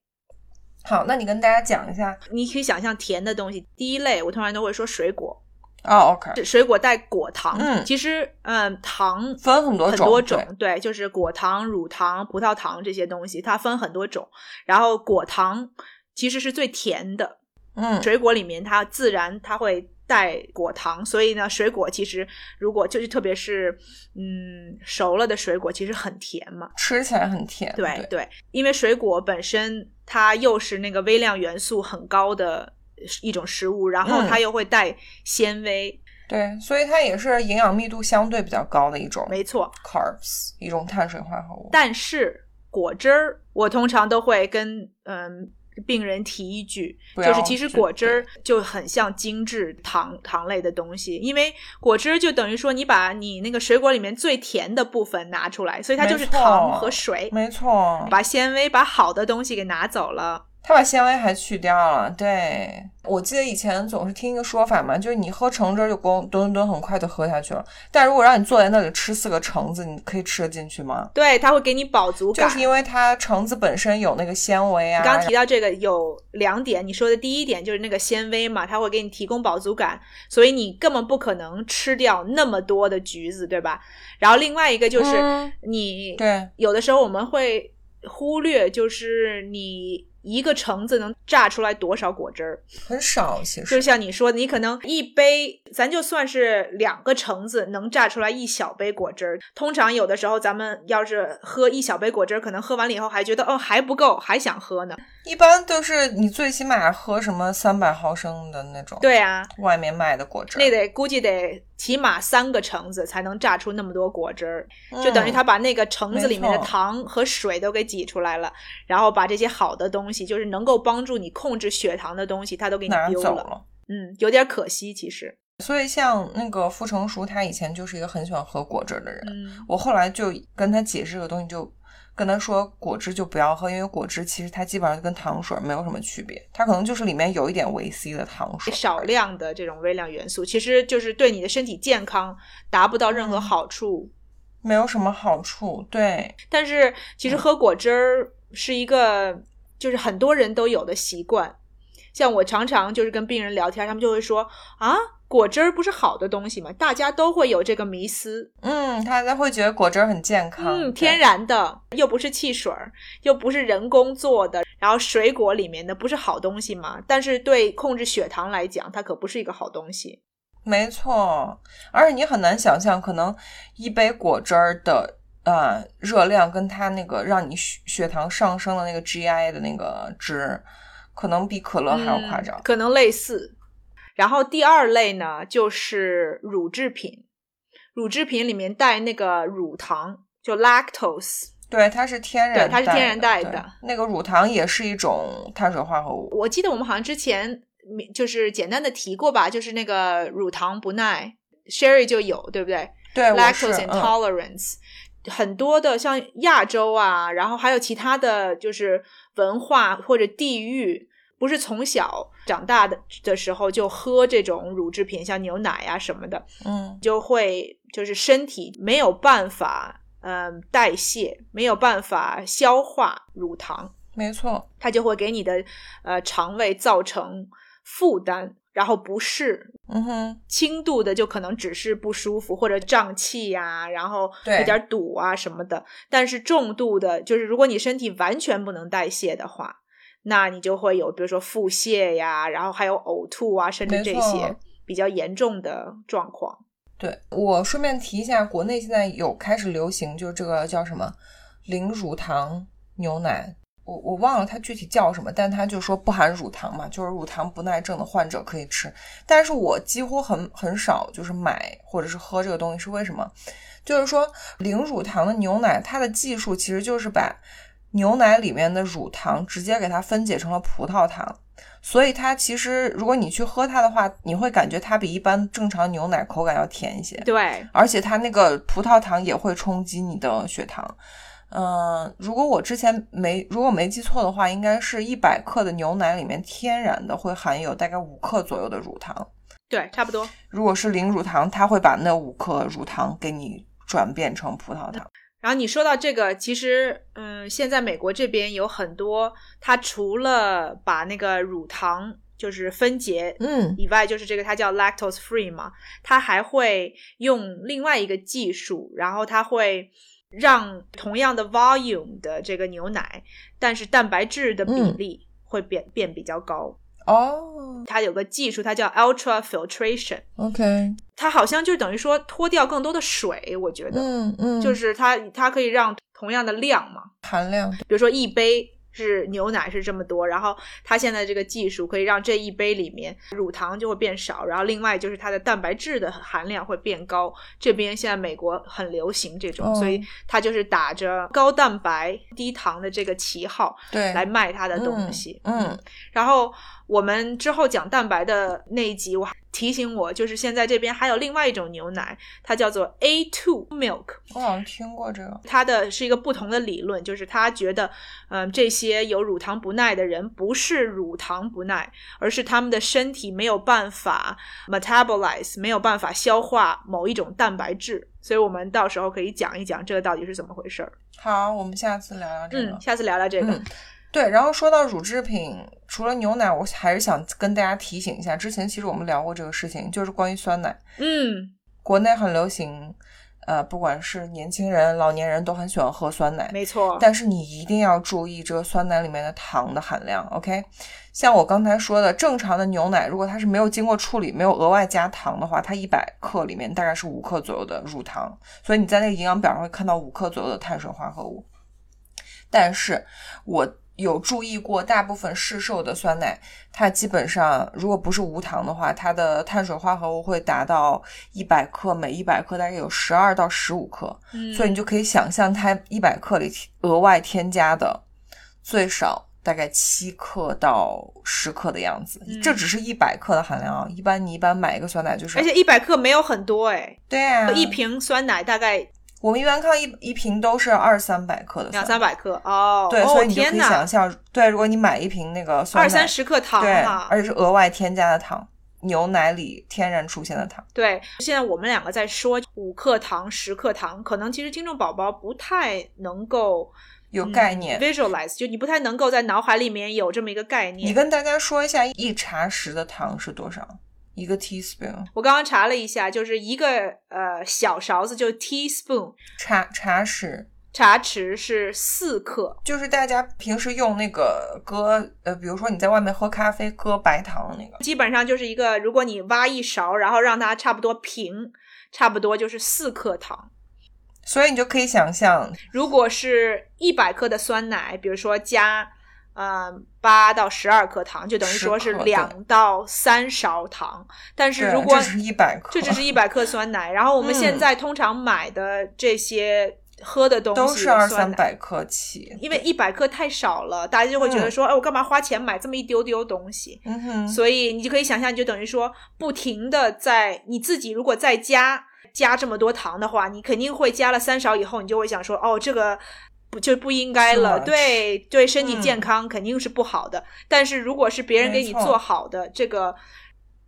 Speaker 1: 好，那你跟大家讲一下
Speaker 2: 你可以想象甜的东西，第一类我通常都会说水果，
Speaker 1: 哦，OK，
Speaker 2: 是水果带果糖。
Speaker 1: 嗯
Speaker 2: 其实嗯，糖
Speaker 1: 分很多
Speaker 2: 很
Speaker 1: 种
Speaker 2: 多
Speaker 1: 对
Speaker 2: 种，对，就是果糖、乳糖、葡萄糖这些东西，它分很多种。然后果糖其实是最甜的，
Speaker 1: 嗯，
Speaker 2: 水果里面它自然它会带果糖，所以呢，水果其实如果就是特别是嗯熟了的水果，其实很甜嘛。
Speaker 1: 吃起来很甜，
Speaker 2: 对对因为水果本身它又是那个微量元素很高的一种食物，然后
Speaker 1: 嗯
Speaker 2: 它又会带纤维，
Speaker 1: 对，所以它也是营养密度相对比较高的一种
Speaker 2: 没错。
Speaker 1: carbs，一种碳水化合物。
Speaker 2: 但是果汁儿，我通常都会跟嗯。病人提一句，
Speaker 1: 不
Speaker 2: 就是
Speaker 1: 要
Speaker 2: 其实
Speaker 1: 去
Speaker 2: 果汁儿就很像精致糖糖类的东西，因为果汁儿就等于说你把你那个水果里面最甜的部分拿出来，所以它
Speaker 1: 没
Speaker 2: 就是
Speaker 1: 错
Speaker 2: 糖和水，
Speaker 1: 没错，
Speaker 2: 把纤维、把好的东西给拿走了。
Speaker 1: 它把纤维还去掉了。对，我记得以前总是听一个说法嘛，就是你喝橙汁儿就光吨吨很快就喝下去了，但如果让你坐在那里吃四个橙子，你可以吃得进去吗？
Speaker 2: 对，它会给你饱足感。
Speaker 1: 就是因为它橙子本身有那个纤维啊，
Speaker 2: 你刚提到这个有两点，你说的第一点就是那个纤维嘛，它会给你提供饱足感，所以你根本不可能吃掉那么多的橘子，对吧？然后另外一个就是
Speaker 1: 嗯
Speaker 2: 你、
Speaker 1: 对，
Speaker 2: 有的时候我们会忽略，就是你一个橙子能榨出来多少果汁儿。
Speaker 1: 很少其
Speaker 2: 就
Speaker 1: 实。
Speaker 2: 像你说，你可能一杯，咱就算是两个橙子能榨出来一小杯果汁儿。通常有的时候，咱们要是喝一小杯果汁儿，可能喝完了以后还觉得哦还不够，还想喝呢。
Speaker 1: 一般都是你最起码喝什么三百毫升的那种，
Speaker 2: 对啊，
Speaker 1: 外面卖的果汁儿，
Speaker 2: 那得估计得起码三个橙子才能榨出那么多果汁儿，
Speaker 1: 嗯
Speaker 2: 就等于他把那个橙子里面
Speaker 1: 没
Speaker 2: 的
Speaker 1: 错
Speaker 2: 糖和水都给挤出来了，然后把这些好的东西，就是能够帮助你控制血糖的东西，他都给你
Speaker 1: 拿
Speaker 2: 丢
Speaker 1: 走
Speaker 2: 了
Speaker 1: 了。
Speaker 2: 嗯，有点可惜，其实。
Speaker 1: 所以像那个傅成熟，他以前就是一个很喜欢喝果汁儿的人。
Speaker 2: 嗯，
Speaker 1: 我后来就跟他解释这个东西，就跟他说果汁就不要喝，因为果汁其实它基本上就跟糖水没有什么区别，它可能就是里面有一点维 C 的糖水，
Speaker 2: 少量的这种微量元素，其实就是对你的身体健康达不到任何
Speaker 1: 嗯
Speaker 2: 好处。
Speaker 1: 没有什么好处。对，
Speaker 2: 但是其实喝果汁儿是一个，就是很多人都有的习惯。像我常常就是跟病人聊天，他们就会说啊，果汁儿不是好的东西吗？大家都会有这个迷思，
Speaker 1: 嗯，他他会觉得果汁儿很健康，
Speaker 2: 嗯，
Speaker 1: 对
Speaker 2: 天然的，又不是汽水儿，又不是人工做的，然后水果里面的不是好东西吗？但是对控制血糖来讲，它可不是一个好东西。
Speaker 1: 没错，而且你很难想象，可能一杯果汁儿的呃热量跟它那个让你血血糖上升的那个 GI 的那个值，可能比可乐还要夸张
Speaker 2: 嗯。可能类似。然后第二类呢，就是乳制品，乳制品里面带那个乳糖，就 lactose。
Speaker 1: 对，它是天然
Speaker 2: 对它是天然
Speaker 1: 代
Speaker 2: 代的
Speaker 1: 对那个乳糖也是一种碳水化合物。
Speaker 2: 我记得我们好像之前嗯就是简单的提过吧，就是那个乳糖不耐，Sherry 就有，对不对
Speaker 1: 对，我是
Speaker 2: ？lactose
Speaker 1: 嗯，
Speaker 2: intolerance、很多的像亚洲啊，然后还有其他的就是文化或者地域，不是从小长大的的时候就喝这种乳制品，像牛奶啊什么的，
Speaker 1: 嗯，
Speaker 2: 就会就是身体没有办法，嗯，代谢没有办法消化乳糖，
Speaker 1: 没错，
Speaker 2: 它就会给你的呃肠胃造成负担，然后不适，
Speaker 1: 嗯哼，
Speaker 2: 轻度的就可能只是不舒服或者胀气呀、然后
Speaker 1: 对
Speaker 2: 有点堵啊什么的。但是重度的，就是如果你身体完全不能代谢的话，那你就会有比如说腹泻呀，然后还有呕吐啊，甚至
Speaker 1: 没
Speaker 2: 这
Speaker 1: 错
Speaker 2: 些比较严重的状况。
Speaker 1: 对我顺便提一下，国内现在有开始流行，就是这个叫什么零乳糖牛奶，我我忘了它具体叫什么，但它就说不含乳糖嘛，就是乳糖不耐症的患者可以吃。但是我几乎很很少就是买或者是喝这个东西，是为什么？就是说零乳糖的牛奶，它的技术其实就是把牛奶里面的乳糖直接给它分解成了葡萄糖。所以它其实，如果你去喝它的话，你会感觉它比一般正常牛奶口感要甜一些，
Speaker 2: 对，
Speaker 1: 而且它那个葡萄糖也会冲击你的血糖。嗯、如果我之前没如果没记错的话，应该是一百克的牛奶里面天然的会含有大概五克左右的乳糖。
Speaker 2: 对，差不多。
Speaker 1: 如果是零乳糖，它会把那五克乳糖给你转变成葡萄糖。
Speaker 2: 然后你说到这个，其实，嗯，现在美国这边有很多，它除了把那个乳糖就是分解
Speaker 1: 嗯，
Speaker 2: 以外，就是这个它叫 lactose free 嘛，它还会用另外一个技术，然后它会让同样的 volume 的这个牛奶，但是蛋白质的比
Speaker 1: 嗯
Speaker 2: 例会变、变比较高。
Speaker 1: 哦
Speaker 2: 它有个技术，它叫 ultra filtration，
Speaker 1: ，OK，
Speaker 2: 它好像就等于说脱掉更多的水，我觉得。
Speaker 1: 嗯嗯，
Speaker 2: 就是它它可以让同样的量嘛，
Speaker 1: 含量
Speaker 2: 比如说一杯是牛奶是这么多，然后它现在这个技术可以让这一杯里面乳糖就会变少，然后另外就是它的蛋白质的含量会变高。这边现在美国很流行这种，
Speaker 1: 哦
Speaker 2: 所以它就是打着高蛋白低糖的这个旗号
Speaker 1: 对
Speaker 2: 来卖它的东西。
Speaker 1: 哎嗯嗯
Speaker 2: 然后我们之后讲蛋白的那一集，我还提醒我，就是现在这边还有另外一种牛奶，它叫做 A two milk。
Speaker 1: 我好像听过这个。
Speaker 2: 他的是一个不同的理论，就是他觉得，嗯、这些有乳糖不耐的人不是乳糖不耐，而是他们的身体没有办法 metabolize，没有办法消化某一种蛋白质。所以我们到时候可以讲一讲这个到底是怎么回事儿。
Speaker 1: 好，我们下次聊聊这个。
Speaker 2: 嗯，下次聊聊这个。
Speaker 1: 嗯对，然后说到乳制品，除了牛奶，我还是想跟大家提醒一下，之前其实我们聊过这个事情，就是关于酸奶，
Speaker 2: 嗯，
Speaker 1: 国内很流行，呃，不管是年轻人、老年人都很喜欢喝酸奶。
Speaker 2: 没错。
Speaker 1: 但是你一定要注意这个酸奶里面的糖的含量，OK？像我刚才说的，正常的牛奶如果它是没有经过处理、没有额外加糖的话，它一百克里面大概是五克左右的乳糖，所以你在那个营养表上会看到五克左右的碳水化合物。但是我有注意过，大部分市售的酸奶，它基本上如果不是无糖的话，它的碳水化合物会达到一百克，每一百克大概有十二到十五克，
Speaker 2: 嗯
Speaker 1: 所以你就可以想象它一百克里额外添加的最少大概七克到十克的样子。
Speaker 2: 嗯
Speaker 1: 这只是一百克的含量啊，一般你一般买一个酸奶就是，
Speaker 2: 而且一百克没有很多哎，
Speaker 1: 对啊，
Speaker 2: 一瓶酸奶大概
Speaker 1: 我们一般看一一瓶都是二三百克的酸
Speaker 2: 两
Speaker 1: 奶
Speaker 2: 三。百克哦。
Speaker 1: 对，
Speaker 2: 哦
Speaker 1: 所以你就可
Speaker 2: 天
Speaker 1: 以
Speaker 2: 哪
Speaker 1: 想，象，对，如果你买一瓶那个酸奶，
Speaker 2: 二三十克糖啊
Speaker 1: 对
Speaker 2: 哈，，
Speaker 1: 而且是额外添加的糖，牛奶里天然出现的糖。
Speaker 2: 对，现在我们两个在说五克糖、十克糖，可能其实听众宝宝不太能够
Speaker 1: 有
Speaker 2: 嗯
Speaker 1: 概念
Speaker 2: visualize，就你不太能够在脑海里面有这么一个概念。
Speaker 1: 你跟大家说一下，一茶匙的糖是多少？一个 teaspoon，
Speaker 2: 我刚刚查了一下，就是一个呃小勺子，就 teaspoon
Speaker 1: 茶茶匙
Speaker 2: 茶匙是四克，
Speaker 1: 就是大家平时用那个搁，呃，比如说你在外面喝咖啡搁白糖的那个，
Speaker 2: 基本上就是一个，如果你挖一勺，然后让它差不多平，差不多就是四克糖。
Speaker 1: 所以你就可以想象，
Speaker 2: 如果是一百克的酸奶，比如说加。嗯，八到十二克糖，就等于说
Speaker 1: 10
Speaker 2: 是
Speaker 1: 克对
Speaker 2: 两到三勺糖。但是
Speaker 1: 对
Speaker 2: 如果
Speaker 1: 这是一百克，嗯
Speaker 2: 这只是一百克酸奶，然后我们现在通常买的这些喝的东西、
Speaker 1: 都是二三，百克起，
Speaker 2: 因为一百克太少了，大家就会觉得说，哎，我干嘛花钱买这么一丢丢东西？
Speaker 1: 嗯哼，
Speaker 2: 所以你就可以想象，你就等于说不停的在你自己如果在家加这么多糖的话，你肯定会加了三勺以后，你就会想说，哦，这个。不就不应该了，
Speaker 1: 是
Speaker 2: 对对，身体
Speaker 1: 嗯
Speaker 2: 健康肯定是不好的。但是如果是别人给你
Speaker 1: 没错
Speaker 2: 做好的，这个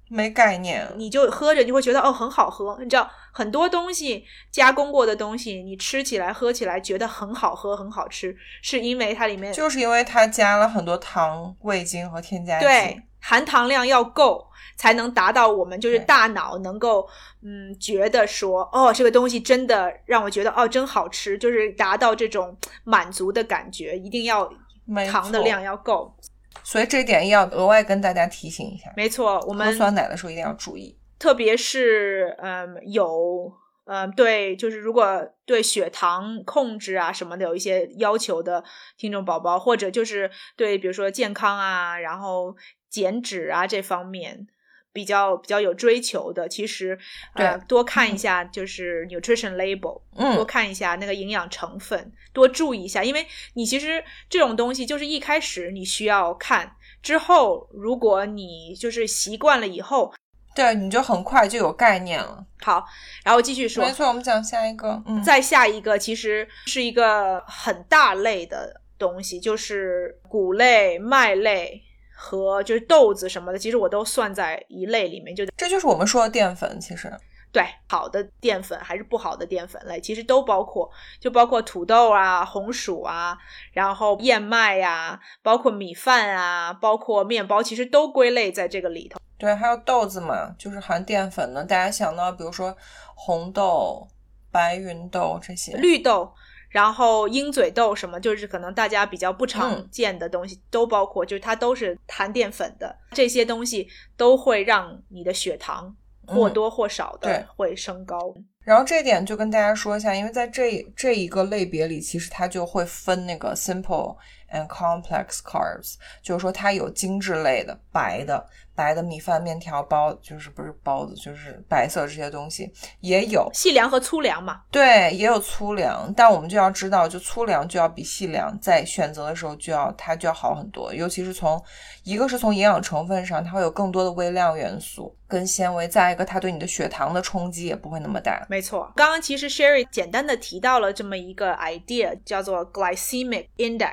Speaker 1: 没概念，
Speaker 2: 你就喝着，你会觉得哦很好喝。你知道很多东西加工过的东西，你吃起来、喝起来觉得很好喝、很好吃，是因为它里面
Speaker 1: 就是因为它加了很多糖、味精和添加剂，
Speaker 2: 对含糖量要够，才能达到我们就是
Speaker 1: 对
Speaker 2: 大脑能够嗯觉得说哦这个东西真的让我觉得哦真好吃，就是达到这种满足的感觉，一定要
Speaker 1: 没
Speaker 2: 糖的
Speaker 1: 错
Speaker 2: 量要够。
Speaker 1: 所以这点要额外跟大家提醒一下，
Speaker 2: 没错，我
Speaker 1: 喝
Speaker 2: 们
Speaker 1: 酸奶的时候一定要注意。
Speaker 2: 特别是嗯有嗯对，就是如果对血糖控制啊什么的有一些要求的听众宝宝，或者就是对比如说健康啊，然后减脂啊这方面。比较比较有追求的，其实呃
Speaker 1: 对
Speaker 2: 多看一下就是 nutrition label，、多
Speaker 1: 嗯，
Speaker 2: 看一下那个营养成分，多注意一下，因为你其实这种东西就是一开始你需要看，之后如果你就是习惯了以后，
Speaker 1: 对，你就很快就有概念了。
Speaker 2: 好，然后继续说
Speaker 1: 没，错，我们讲下一个，嗯，
Speaker 2: 再下一个其实是一个很大类的东西，就是谷类、麦类和就是豆子什么的，其实我都算在一类里面。就
Speaker 1: 这就是我们说的淀粉，其实
Speaker 2: 对好的淀粉还是不好的淀粉类，其实都包括，就包括土豆啊、红薯啊，然后燕麦呀、包括米饭啊，包括面包，其实都归类在这个里头。
Speaker 1: 对，还有豆子嘛，就是含淀粉的。大家想到，比如说红豆、白芸豆这些，
Speaker 2: 绿豆，然后鹰嘴豆什么，就是可能大家比较不常
Speaker 1: 嗯
Speaker 2: 见的东西、都包括，就是它都是含淀粉的，这些东西都会让你的血糖或
Speaker 1: 嗯
Speaker 2: 多或少的
Speaker 1: 对
Speaker 2: 会升高。
Speaker 1: 然后这点就跟大家说一下，因为在这这一个类别里，其实它就会分那个 simple and complex carbs，就是说它有精致类的白的白的米饭、面条、包，就是不是包子，就是白色这些东西，也有
Speaker 2: 细粮和粗粮嘛，
Speaker 1: 对，也有粗粮，但我们就要知道，就粗粮就要比细粮在选择的时候就要它就要好很多，尤其是从一个是从营养成分上，它会有更多的微量元素跟纤维，再一个它对你的血糖的冲击也不会那么大。
Speaker 2: 没错。刚刚其实 Sherry 简单的提到了这么一个 idea，叫做 glycemic index。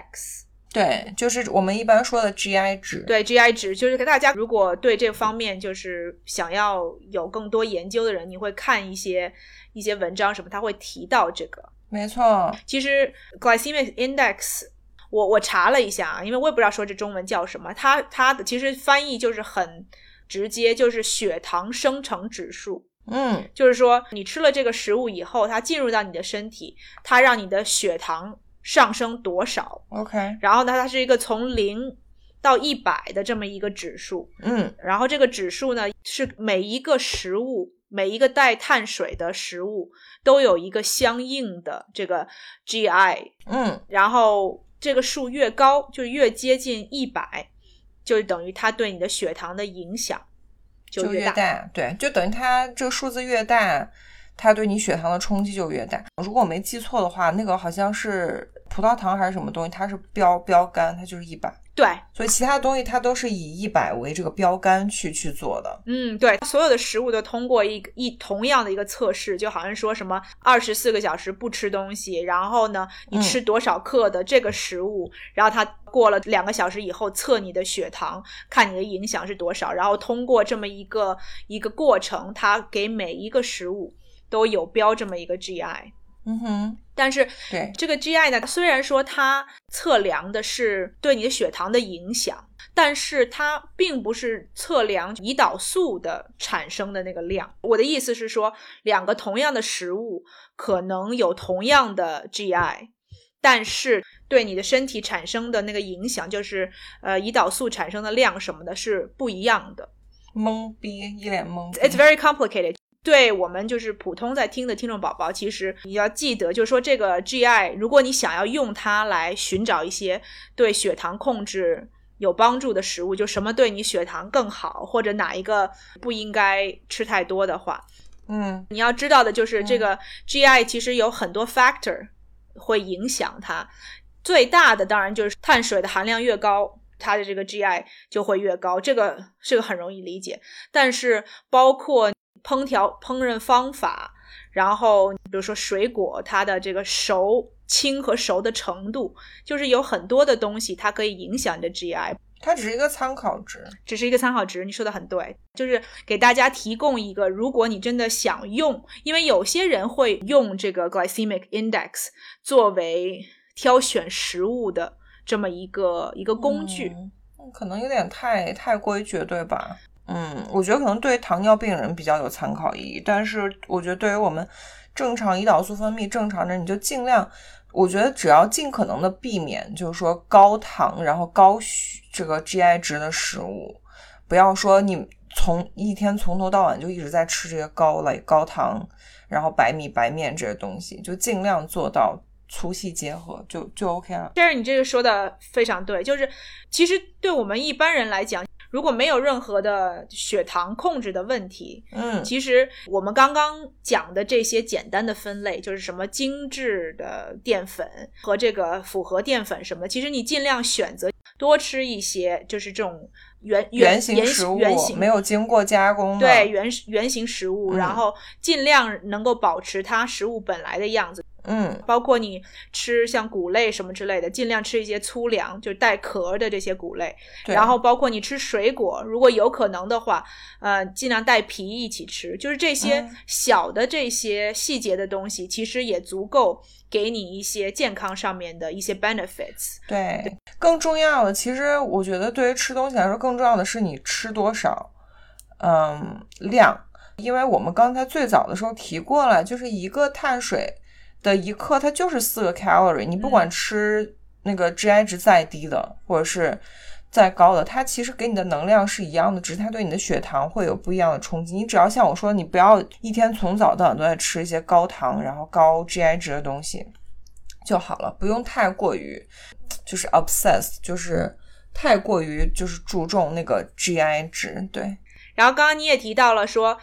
Speaker 1: 对，就是我们一般说的 GI 值。，
Speaker 2: 对 GI 值，就是大家如果对这方面就是想要有更多研究的人，你会看一些一些文章什么，他会提到这个。
Speaker 1: 没错，
Speaker 2: 其实 glycemic index，我我查了一下啊，因为我也不知道说这中文叫什么，它它的其实翻译就是很直接，就是血糖生成指数。
Speaker 1: 嗯，
Speaker 2: 就是说，你吃了这个食物以后，它进入到你的身体，它让你的血糖上升多少？
Speaker 1: ，OK，
Speaker 2: 然后呢，它是一个从零到一百的这么一个指数。
Speaker 1: 嗯，
Speaker 2: 然后这个指数呢，是每一个食物，每一个带碳水的食物都有一个相应的这个 GI
Speaker 1: 嗯，
Speaker 2: 然后这个数越高，就越接近一百，就等于它对你的血糖的影响
Speaker 1: 就
Speaker 2: 越
Speaker 1: 越大，对，就等于它这个数字越大，它对你血糖的冲击就越大。如果我没记错的话，那个好像是葡萄糖还是什么东西，它是标标杆，它就是一百，
Speaker 2: 对，
Speaker 1: 所以其他东西它都是以一百为这个标杆去去做的。
Speaker 2: 嗯，对，所有的食物都通过一个一同样的一个测试，就好像说什么二十四个小时不吃东西，然后呢，你
Speaker 1: 嗯
Speaker 2: 吃多少克的这个食物，然后它过了两个小时以后测你的血糖，看你的影响是多少，然后通过这么一个一个过程，它给每一个食物都有标这么一个 GI。
Speaker 1: 嗯哼，
Speaker 2: 但是
Speaker 1: 对，
Speaker 2: 这个 GI 呢，虽然说它测量的是对你的血糖的影响，但是它并不是测量胰岛素的产生的那个量。我的意思是说，两个同样的食物可能有同样的 GI，但是对你的身体产生的那个影响，就是呃胰岛素产生的量什么的，是不一样的。
Speaker 1: 懵逼，一脸懵逼。
Speaker 2: It's very complicated。对我们就是普通在听的听众宝宝，其实你要记得，就是说这个 GI，如果你想要用它来寻找一些对血糖控制有帮助的食物，就什么对你血糖更好，或者哪一个不应该吃太多的话，
Speaker 1: 嗯，
Speaker 2: 你要知道的就是这个 GI 其实有很多 factor 会影响它，最大的当然就是碳水的含量越高，它的这个 GI 就会越高，这个这个很容易理解。但是包括烹调烹饪方法，然后比如说水果，它的这个熟。轻和熟的程度，就是有很多的东西，它可以影响你的 GI，
Speaker 1: 它只是一个参考值。
Speaker 2: 只是一个参考值，你说的很对，就是给大家提供一个，如果你真的想用，因为有些人会用这个 glycemic index 作为挑选食物的这么一个一个工具。
Speaker 1: 嗯可能有点太太过于绝对吧。嗯，我觉得可能对于糖尿病人比较有参考意义，但是我觉得对于我们正常胰岛素分泌正常人，你就尽量，我觉得只要尽可能的避免，就是说高糖然后高血这个 GI 值的食物，不要说你从一天从头到晚就一直在吃这些高类高糖，然后白米白面这些东西，就尽量做到粗细结合，就就 OK 了。
Speaker 2: 但是你这个说的非常对，就是其实对我们一般人来讲，如果没有任何的血糖控制的问题，
Speaker 1: 嗯，
Speaker 2: 其实我们刚刚讲的这些简单的分类，就是什么精致的淀粉和这个复合淀粉什么，其实你尽量选择多吃一些，就是这种原
Speaker 1: 原
Speaker 2: 形
Speaker 1: 型食物
Speaker 2: 原形
Speaker 1: 没有经过加工的，
Speaker 2: 对，原原形食物，
Speaker 1: 嗯
Speaker 2: 然后尽量能够保持它食物本来的样子。
Speaker 1: 嗯
Speaker 2: 包括你吃像谷类什么之类的，尽量吃一些粗粮，就带壳的这些谷类。
Speaker 1: 对，
Speaker 2: 然后包括你吃水果，如果有可能的话，呃，尽量带皮一起吃。就是这些
Speaker 1: 嗯
Speaker 2: 小的这些细节的东西，其实也足够给你一些健康上面的一些 benefits。
Speaker 1: 对，更重要的，其实我觉得对于吃东西来说，更重要的是你吃多少，嗯，量，因为我们刚才最早的时候提过了，就是一个碳水的一克，它就是四个 calorie，你不管吃那个 GI 值再低的，或者是。再高的，它其实给你的能量是一样的，只是它对你的血糖会有不一样的冲击。你只要像我说，你不要一天从早到晚都在吃一些高糖，然后高 GI 值的东西就好了，不用太过于就是 obsessed，就是太过于就是注重那个 GI 值，对，
Speaker 2: 然后刚刚你也提到了说，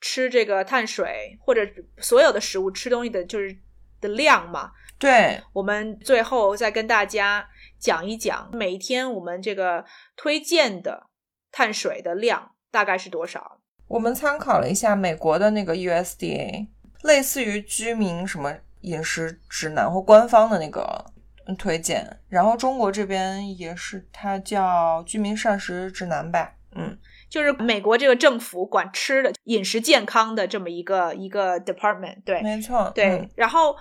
Speaker 2: 吃这个碳水或者所有的食物吃东西的就是的量嘛，
Speaker 1: 对，
Speaker 2: 我们最后再跟大家讲一讲每一天我们这个推荐的碳水的量大概是多少。
Speaker 1: 我们参考了一下美国的那个 USDA，类似于居民什么饮食指南或官方的那个嗯推荐，然后中国这边也是，它叫居民膳食指南吧，嗯，
Speaker 2: 就是美国这个政府管吃的、饮食健康的这么一个一个 department，对
Speaker 1: 没错，
Speaker 2: 对、
Speaker 1: 嗯
Speaker 2: 然后呃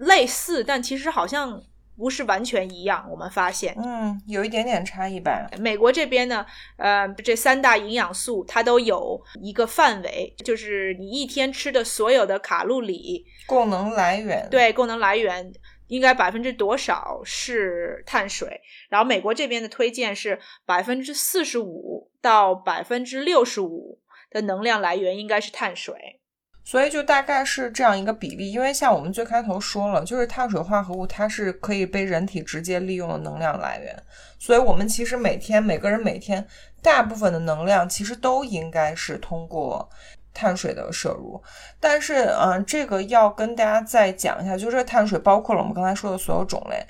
Speaker 2: 类似，但其实好像不是完全一样。我们发现，
Speaker 1: 嗯，有一点点差异吧，
Speaker 2: 美国这边呢，呃，这三大营养素它都有一个范围，就是你一天吃的所有的卡路里，
Speaker 1: 供能来源，，
Speaker 2: 对功能来源应该百分之多少是碳水，然后美国这边的推荐是百分之四十五到百分之六十五的能量来源应该是碳水。
Speaker 1: 所以就大概是这样一个比例，因为像我们最开头说了，就是碳水化合物它是可以被人体直接利用的能量来源，所以我们其实每天每个人每天大部分的能量其实都应该是通过碳水的摄入，但是嗯、呃这个要跟大家再讲一下，就是这个碳水包括了我们刚才说的所有种类，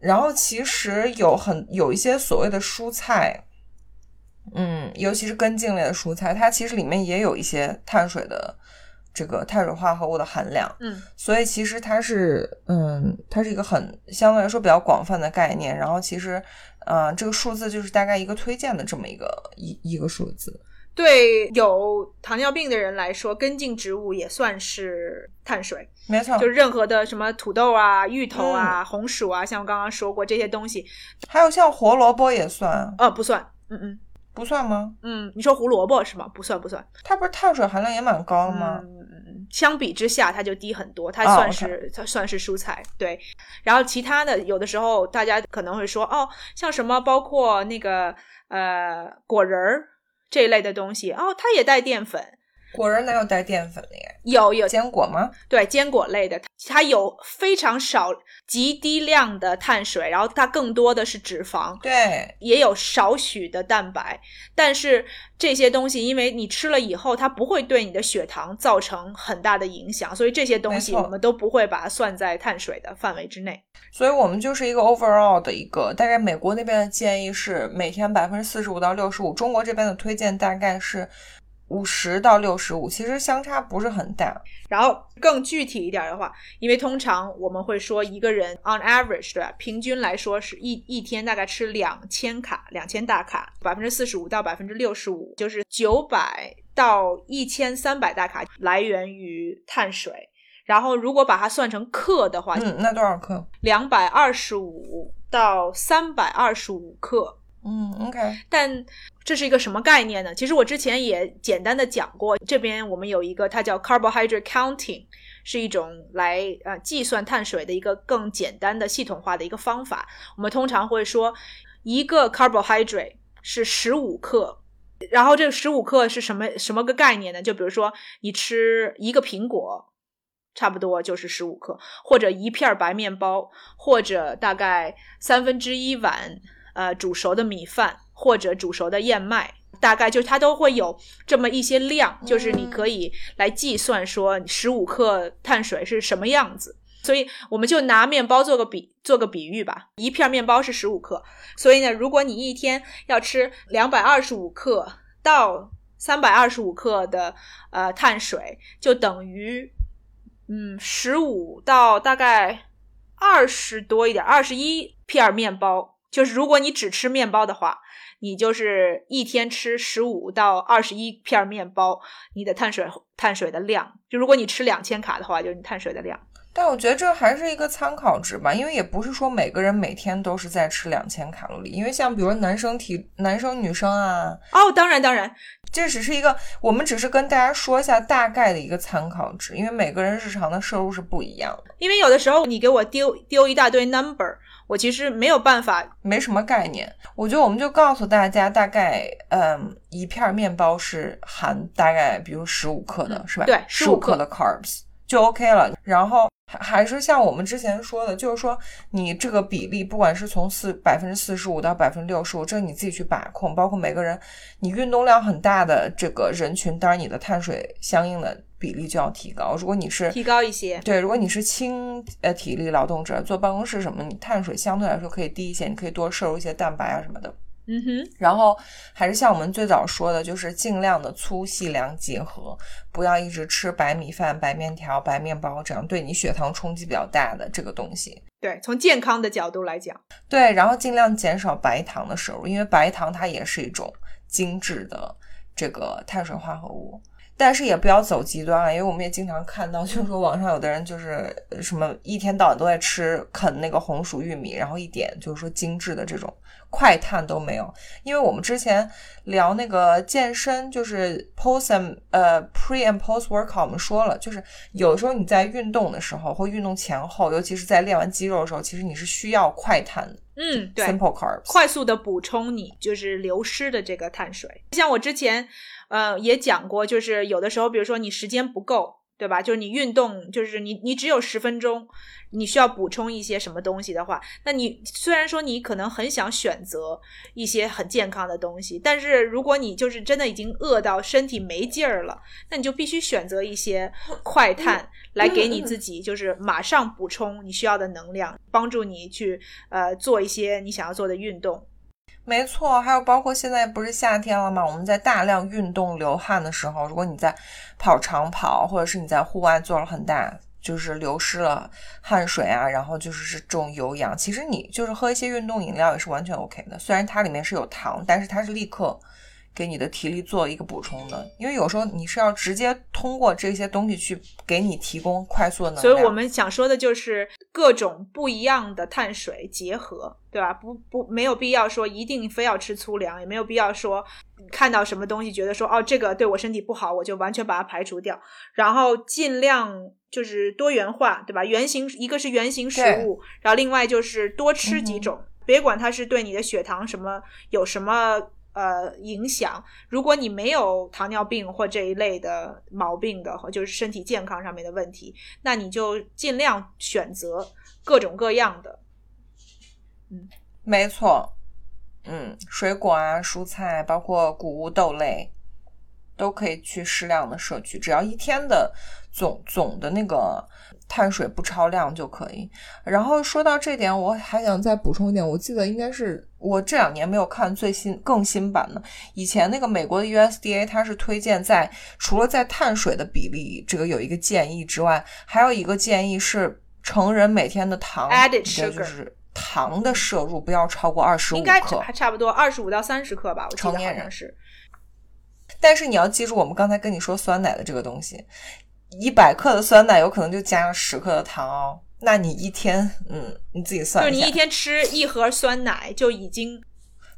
Speaker 1: 然后其实有很有一些所谓的蔬菜。嗯，尤其是根茎类的蔬菜，它其实里面也有一些碳水的这个碳水化合物的含量。
Speaker 2: 嗯，
Speaker 1: 所以其实它是，嗯，它是一个很相对来说比较广泛的概念。然后其实，呃，这个数字就是大概一个推荐的这么一个一一个数字。
Speaker 2: 对有糖尿病的人来说，根茎植物也算是碳水，
Speaker 1: 没错，
Speaker 2: 就任何的什么土豆啊、芋头啊、 *laughs* 红薯啊，像我刚刚说过这些东西，
Speaker 1: 还有像胡萝卜也算，
Speaker 2: 呃，不算。嗯嗯
Speaker 1: 不算吗？
Speaker 2: 嗯，你说胡萝卜是吗？不算不算。
Speaker 1: 它不是碳水含量也蛮高的吗？
Speaker 2: 嗯嗯嗯，相比之下，它就低很多，它
Speaker 1: 哦
Speaker 2: 算
Speaker 1: ，OK
Speaker 2: 是、它算是蔬菜，对。然后其他的，有的时候大家可能会说，哦，像什么包括那个呃果仁儿这一类的东西，哦，它也带淀粉，
Speaker 1: 果仁哪有带淀粉的呀？
Speaker 2: 有有
Speaker 1: 坚果吗？
Speaker 2: 对坚果类的，它有非常少极低量的碳水，然后它更多的是脂肪，
Speaker 1: 对，
Speaker 2: 也有少许的蛋白，但是这些东西因为你吃了以后，它不会对你的血糖造成很大的影响，所以这些东西
Speaker 1: 没错
Speaker 2: 我们都不会把它算在碳水的范围之内。
Speaker 1: 所以我们就是一个 overall 的一个，大概美国那边的建议是每天百分之四十五到六十五，中国这边的推荐大概是五十到六十五，其实相差不是很大。
Speaker 2: 然后更具体一点的话，因为通常我们会说一个人 on average 对吧？平均来说是一一天大概吃两千卡，两千大卡，百分之四十五到百分之六十五，就是九百到一千三百大卡来源于碳水。然后如果把它算成克的话，
Speaker 1: 嗯，那多少克？
Speaker 2: 两百二十五到三百二十五克。
Speaker 1: 嗯，OK，
Speaker 2: 但这是一个什么概念呢？其实我之前也简单的讲过，这边我们有一个它叫 carbohydrate counting，是一种来呃计算碳水的一个更简单的系统化的一个方法。我们通常会说，一个 carbohydrate 是十五克。然后这十五克是什么什么个概念呢？就比如说你吃一个苹果，差不多就是十五克，或者一片儿白面包，或者大概三分之一碗呃煮熟的米饭，或者煮熟的燕麦，大概就是它都会有这么一些量，就是你可以来计算说十五克碳水是什么样子。所以我们就拿面包做个比做个比喻吧，一片面包是十五克，所以呢，如果你一天要吃两百二十五克到三百二十五克的呃碳水，就等于嗯十五到大概二十多一点，二十一片儿面包。就是如果你只吃面包的话，你就是一天吃十五到二十一片儿面包，你的碳水碳水的量，就如果你吃两千卡的话，就是你碳水的量。
Speaker 1: 但我觉得这还是一个参考值吧，因为也不是说每个人每天都是在吃两千卡路里，因为像比如男生体、男生女生啊，
Speaker 2: 哦，当然当然，
Speaker 1: 这只是一个我们只是跟大家说一下大概的一个参考值，因为每个人日常的摄入是不一样的，
Speaker 2: 因为有的时候你给我丢丢一大堆 number，我其实没有办法。
Speaker 1: 没什么概念。我觉得我们就告诉大家大概，嗯，一片面包是含大概比如十五克的
Speaker 2: 嗯
Speaker 1: 是吧？
Speaker 2: 对
Speaker 1: 十五
Speaker 2: 15
Speaker 1: 克
Speaker 2: 克
Speaker 1: 的 carbs 就 OK 了。然后还还是像我们之前说的，就是说你这个比例，不管是从四百分之四十五到百分之六十五，这你自己去把控。包括每个人，你运动量很大的这个人群，当然你的碳水相应的比例就要提高。如果你是
Speaker 2: 提高一些
Speaker 1: 对，如果你是轻呃体力劳动者，坐办公室什么，你碳水相对来说可以低一些，你可以多摄入一些蛋白啊什么的。
Speaker 2: 嗯哼，
Speaker 1: 然后还是像我们最早说的，就是尽量的粗细粮结合，不要一直吃白米饭、白面条、白面包，这样对你血糖冲击比较大的这个东西。
Speaker 2: 对，从健康的角度来讲，
Speaker 1: 对，然后尽量减少白糖的摄入，因为白糖它也是一种精致的这个碳水化合物。但是也不要走极端了，因为我们也经常看到， *laughs* 就是说网上有的人就是呃什么一天到晚都在吃啃那个红薯玉米，然后一点就是说精致的这种快碳都没有。因为我们之前聊那个健身，就是 post and 呃 pre and post workout，我们说了，就是有时候你在运动的时候或运动前后，尤其是在练完肌肉的时候，其实你是需要快碳的
Speaker 2: 嗯，对，
Speaker 1: simple carbs。
Speaker 2: 快速的补充你就是流失的这个碳水。像我之前呃也讲过，就是有的时候，比如说你时间不够，对吧？就是你运动，就是你你只有十分钟，你需要补充一些什么东西的话，那你虽然说你可能很想选择一些很健康的东西，但是如果你就是真的已经饿到身体没劲儿了，那你就必须选择一些快碳来给你自己，就是马上补充你需要的能量，帮助你去呃做一些你想要做的运动。
Speaker 1: 没错，还有包括现在不是夏天了嘛，我们在大量运动流汗的时候，如果你在跑长跑，或者是你在户外做了很大，就是流失了汗水啊，然后就是是这种有氧，其实你就是喝一些运动饮料也是完全 OK 的。虽然它里面是有糖，但是它是立刻给你的体力做一个补充的，因为有时候你是要直接通过这些东西去给你提供快速的能量。
Speaker 2: 所以我们想说的就是各种不一样的碳水结合，对吧？不不，没有必要说一定非要吃粗粮，也没有必要说看到什么东西觉得说哦这个对我身体不好，我就完全把它排除掉，然后尽量就是多元化，对吧？原型一个是原型食物，然后另外就是多吃
Speaker 1: 嗯
Speaker 2: 几种，别管它是对你的血糖什么有什么。呃，影响。如果你没有糖尿病或这一类的毛病的，就是身体健康上面的问题，那你就尽量选择各种各样的。嗯，
Speaker 1: 没错，嗯，水果啊、蔬菜，包括谷物、豆类，都可以去适量的摄取，只要一天的总总的那个碳水不超量就可以。然后说到这点，我还想再补充一点，我记得应该是我这两年没有看最新更新版的，以前那个美国的 USDA 它是推荐在除了在碳水的比例这个有一个建议之外，还有一个建议是成人每天的糖
Speaker 2: Added
Speaker 1: 对
Speaker 2: sugar
Speaker 1: 就是糖的摄入不要超过二十五
Speaker 2: 应该
Speaker 1: 克
Speaker 2: 差。差不多二十五到三十克吧，我记得
Speaker 1: 成年
Speaker 2: 好
Speaker 1: 人
Speaker 2: 像是。
Speaker 1: 但是你要记住，我们刚才跟你说酸奶的这个东西，一百克的酸奶有可能就加上十克的糖哦。那你一天，嗯，你自己
Speaker 2: 就是
Speaker 1: 算
Speaker 2: 你
Speaker 1: 下，
Speaker 2: 一天吃一盒酸奶就已经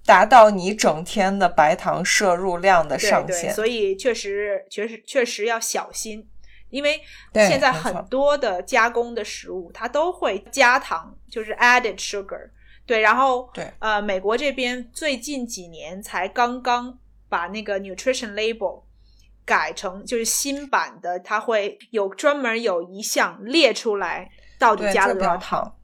Speaker 1: 达到你整天的白糖摄入量的
Speaker 2: 对
Speaker 1: 上
Speaker 2: 对，
Speaker 1: 限。
Speaker 2: 所以确实确实确实要小心，因为
Speaker 1: 对
Speaker 2: 现在
Speaker 1: 没错
Speaker 2: 很多的加工的食物它都会加糖，就是 added sugar。对，然后
Speaker 1: 对
Speaker 2: 呃，美国这边最近几年才刚刚把那个 nutrition label 改成就是新版的，它会有专门有一项列出来到底
Speaker 1: 对，
Speaker 2: 加了
Speaker 1: 就
Speaker 2: 多
Speaker 1: 不
Speaker 2: 少
Speaker 1: 要
Speaker 2: 糖。
Speaker 1: 糖，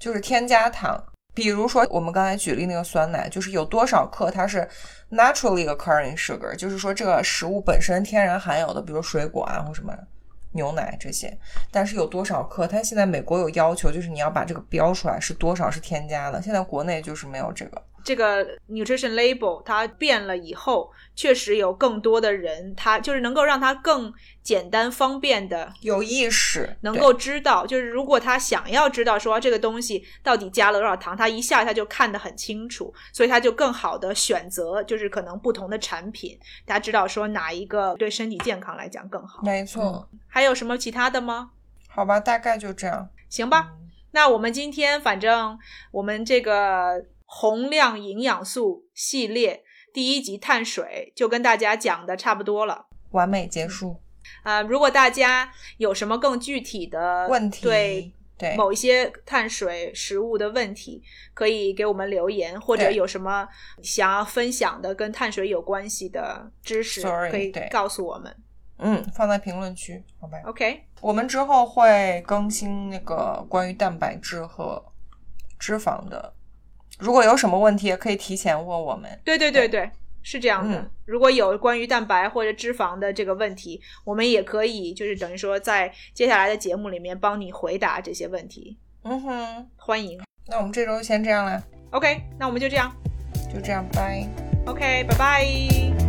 Speaker 1: 就是添加糖。比如说我们刚才举例那个酸奶，就是有多少克它是 naturally occurring sugar，就是说这个食物本身天然含有的，比如水果啊或什么牛奶这些，但是有多少克？它现在美国有要求，就是你要把这个标出来是多少是添加的。现在国内就是没有这个。
Speaker 2: 这个 nutrition label 它变了以后，确实有更多的人，他就是能够让他更简单方便的
Speaker 1: 有意识，
Speaker 2: 能
Speaker 1: 对
Speaker 2: 够知道，就是如果他想要知道说这个东西到底加了多少糖，他一下他就看得很清楚，所以他就更好的选择，就是可能不同的产品，他知道说哪一个对身体健康来讲更好。
Speaker 1: 没错，
Speaker 2: 还有什么其他的吗？
Speaker 1: 好吧，大概就这样。
Speaker 2: 行吧，那我们今天反正我们这个宏量营养素系列第一集碳水就跟大家讲的差不多了。
Speaker 1: 完美结束。
Speaker 2: 啊、如果大家有什么更具体的
Speaker 1: 问题
Speaker 2: 对
Speaker 1: 对，
Speaker 2: 某一些碳水食物的问题，可以给我们留言，或者
Speaker 1: 对
Speaker 2: 有什么想要分享的跟碳水有关系的知识
Speaker 1: Sorry，
Speaker 2: 可以
Speaker 1: 对
Speaker 2: 告诉我们。
Speaker 1: 嗯，放在评论区，好吧。
Speaker 2: OK，
Speaker 1: 我们之后会更新那个关于蛋白质和脂肪的，如果有什么问题也可以提前问我们。
Speaker 2: 对对对对，是这样的。
Speaker 1: 嗯
Speaker 2: 如果有关于蛋白或者脂肪的这个问题，我们也可以就是等于说在接下来的节目里面帮你回答这些问题，
Speaker 1: 嗯哼，
Speaker 2: 欢迎。
Speaker 1: 那我们这周先这样啦，
Speaker 2: OK，那我们就这样。
Speaker 1: 就这样，拜。
Speaker 2: OK，拜拜。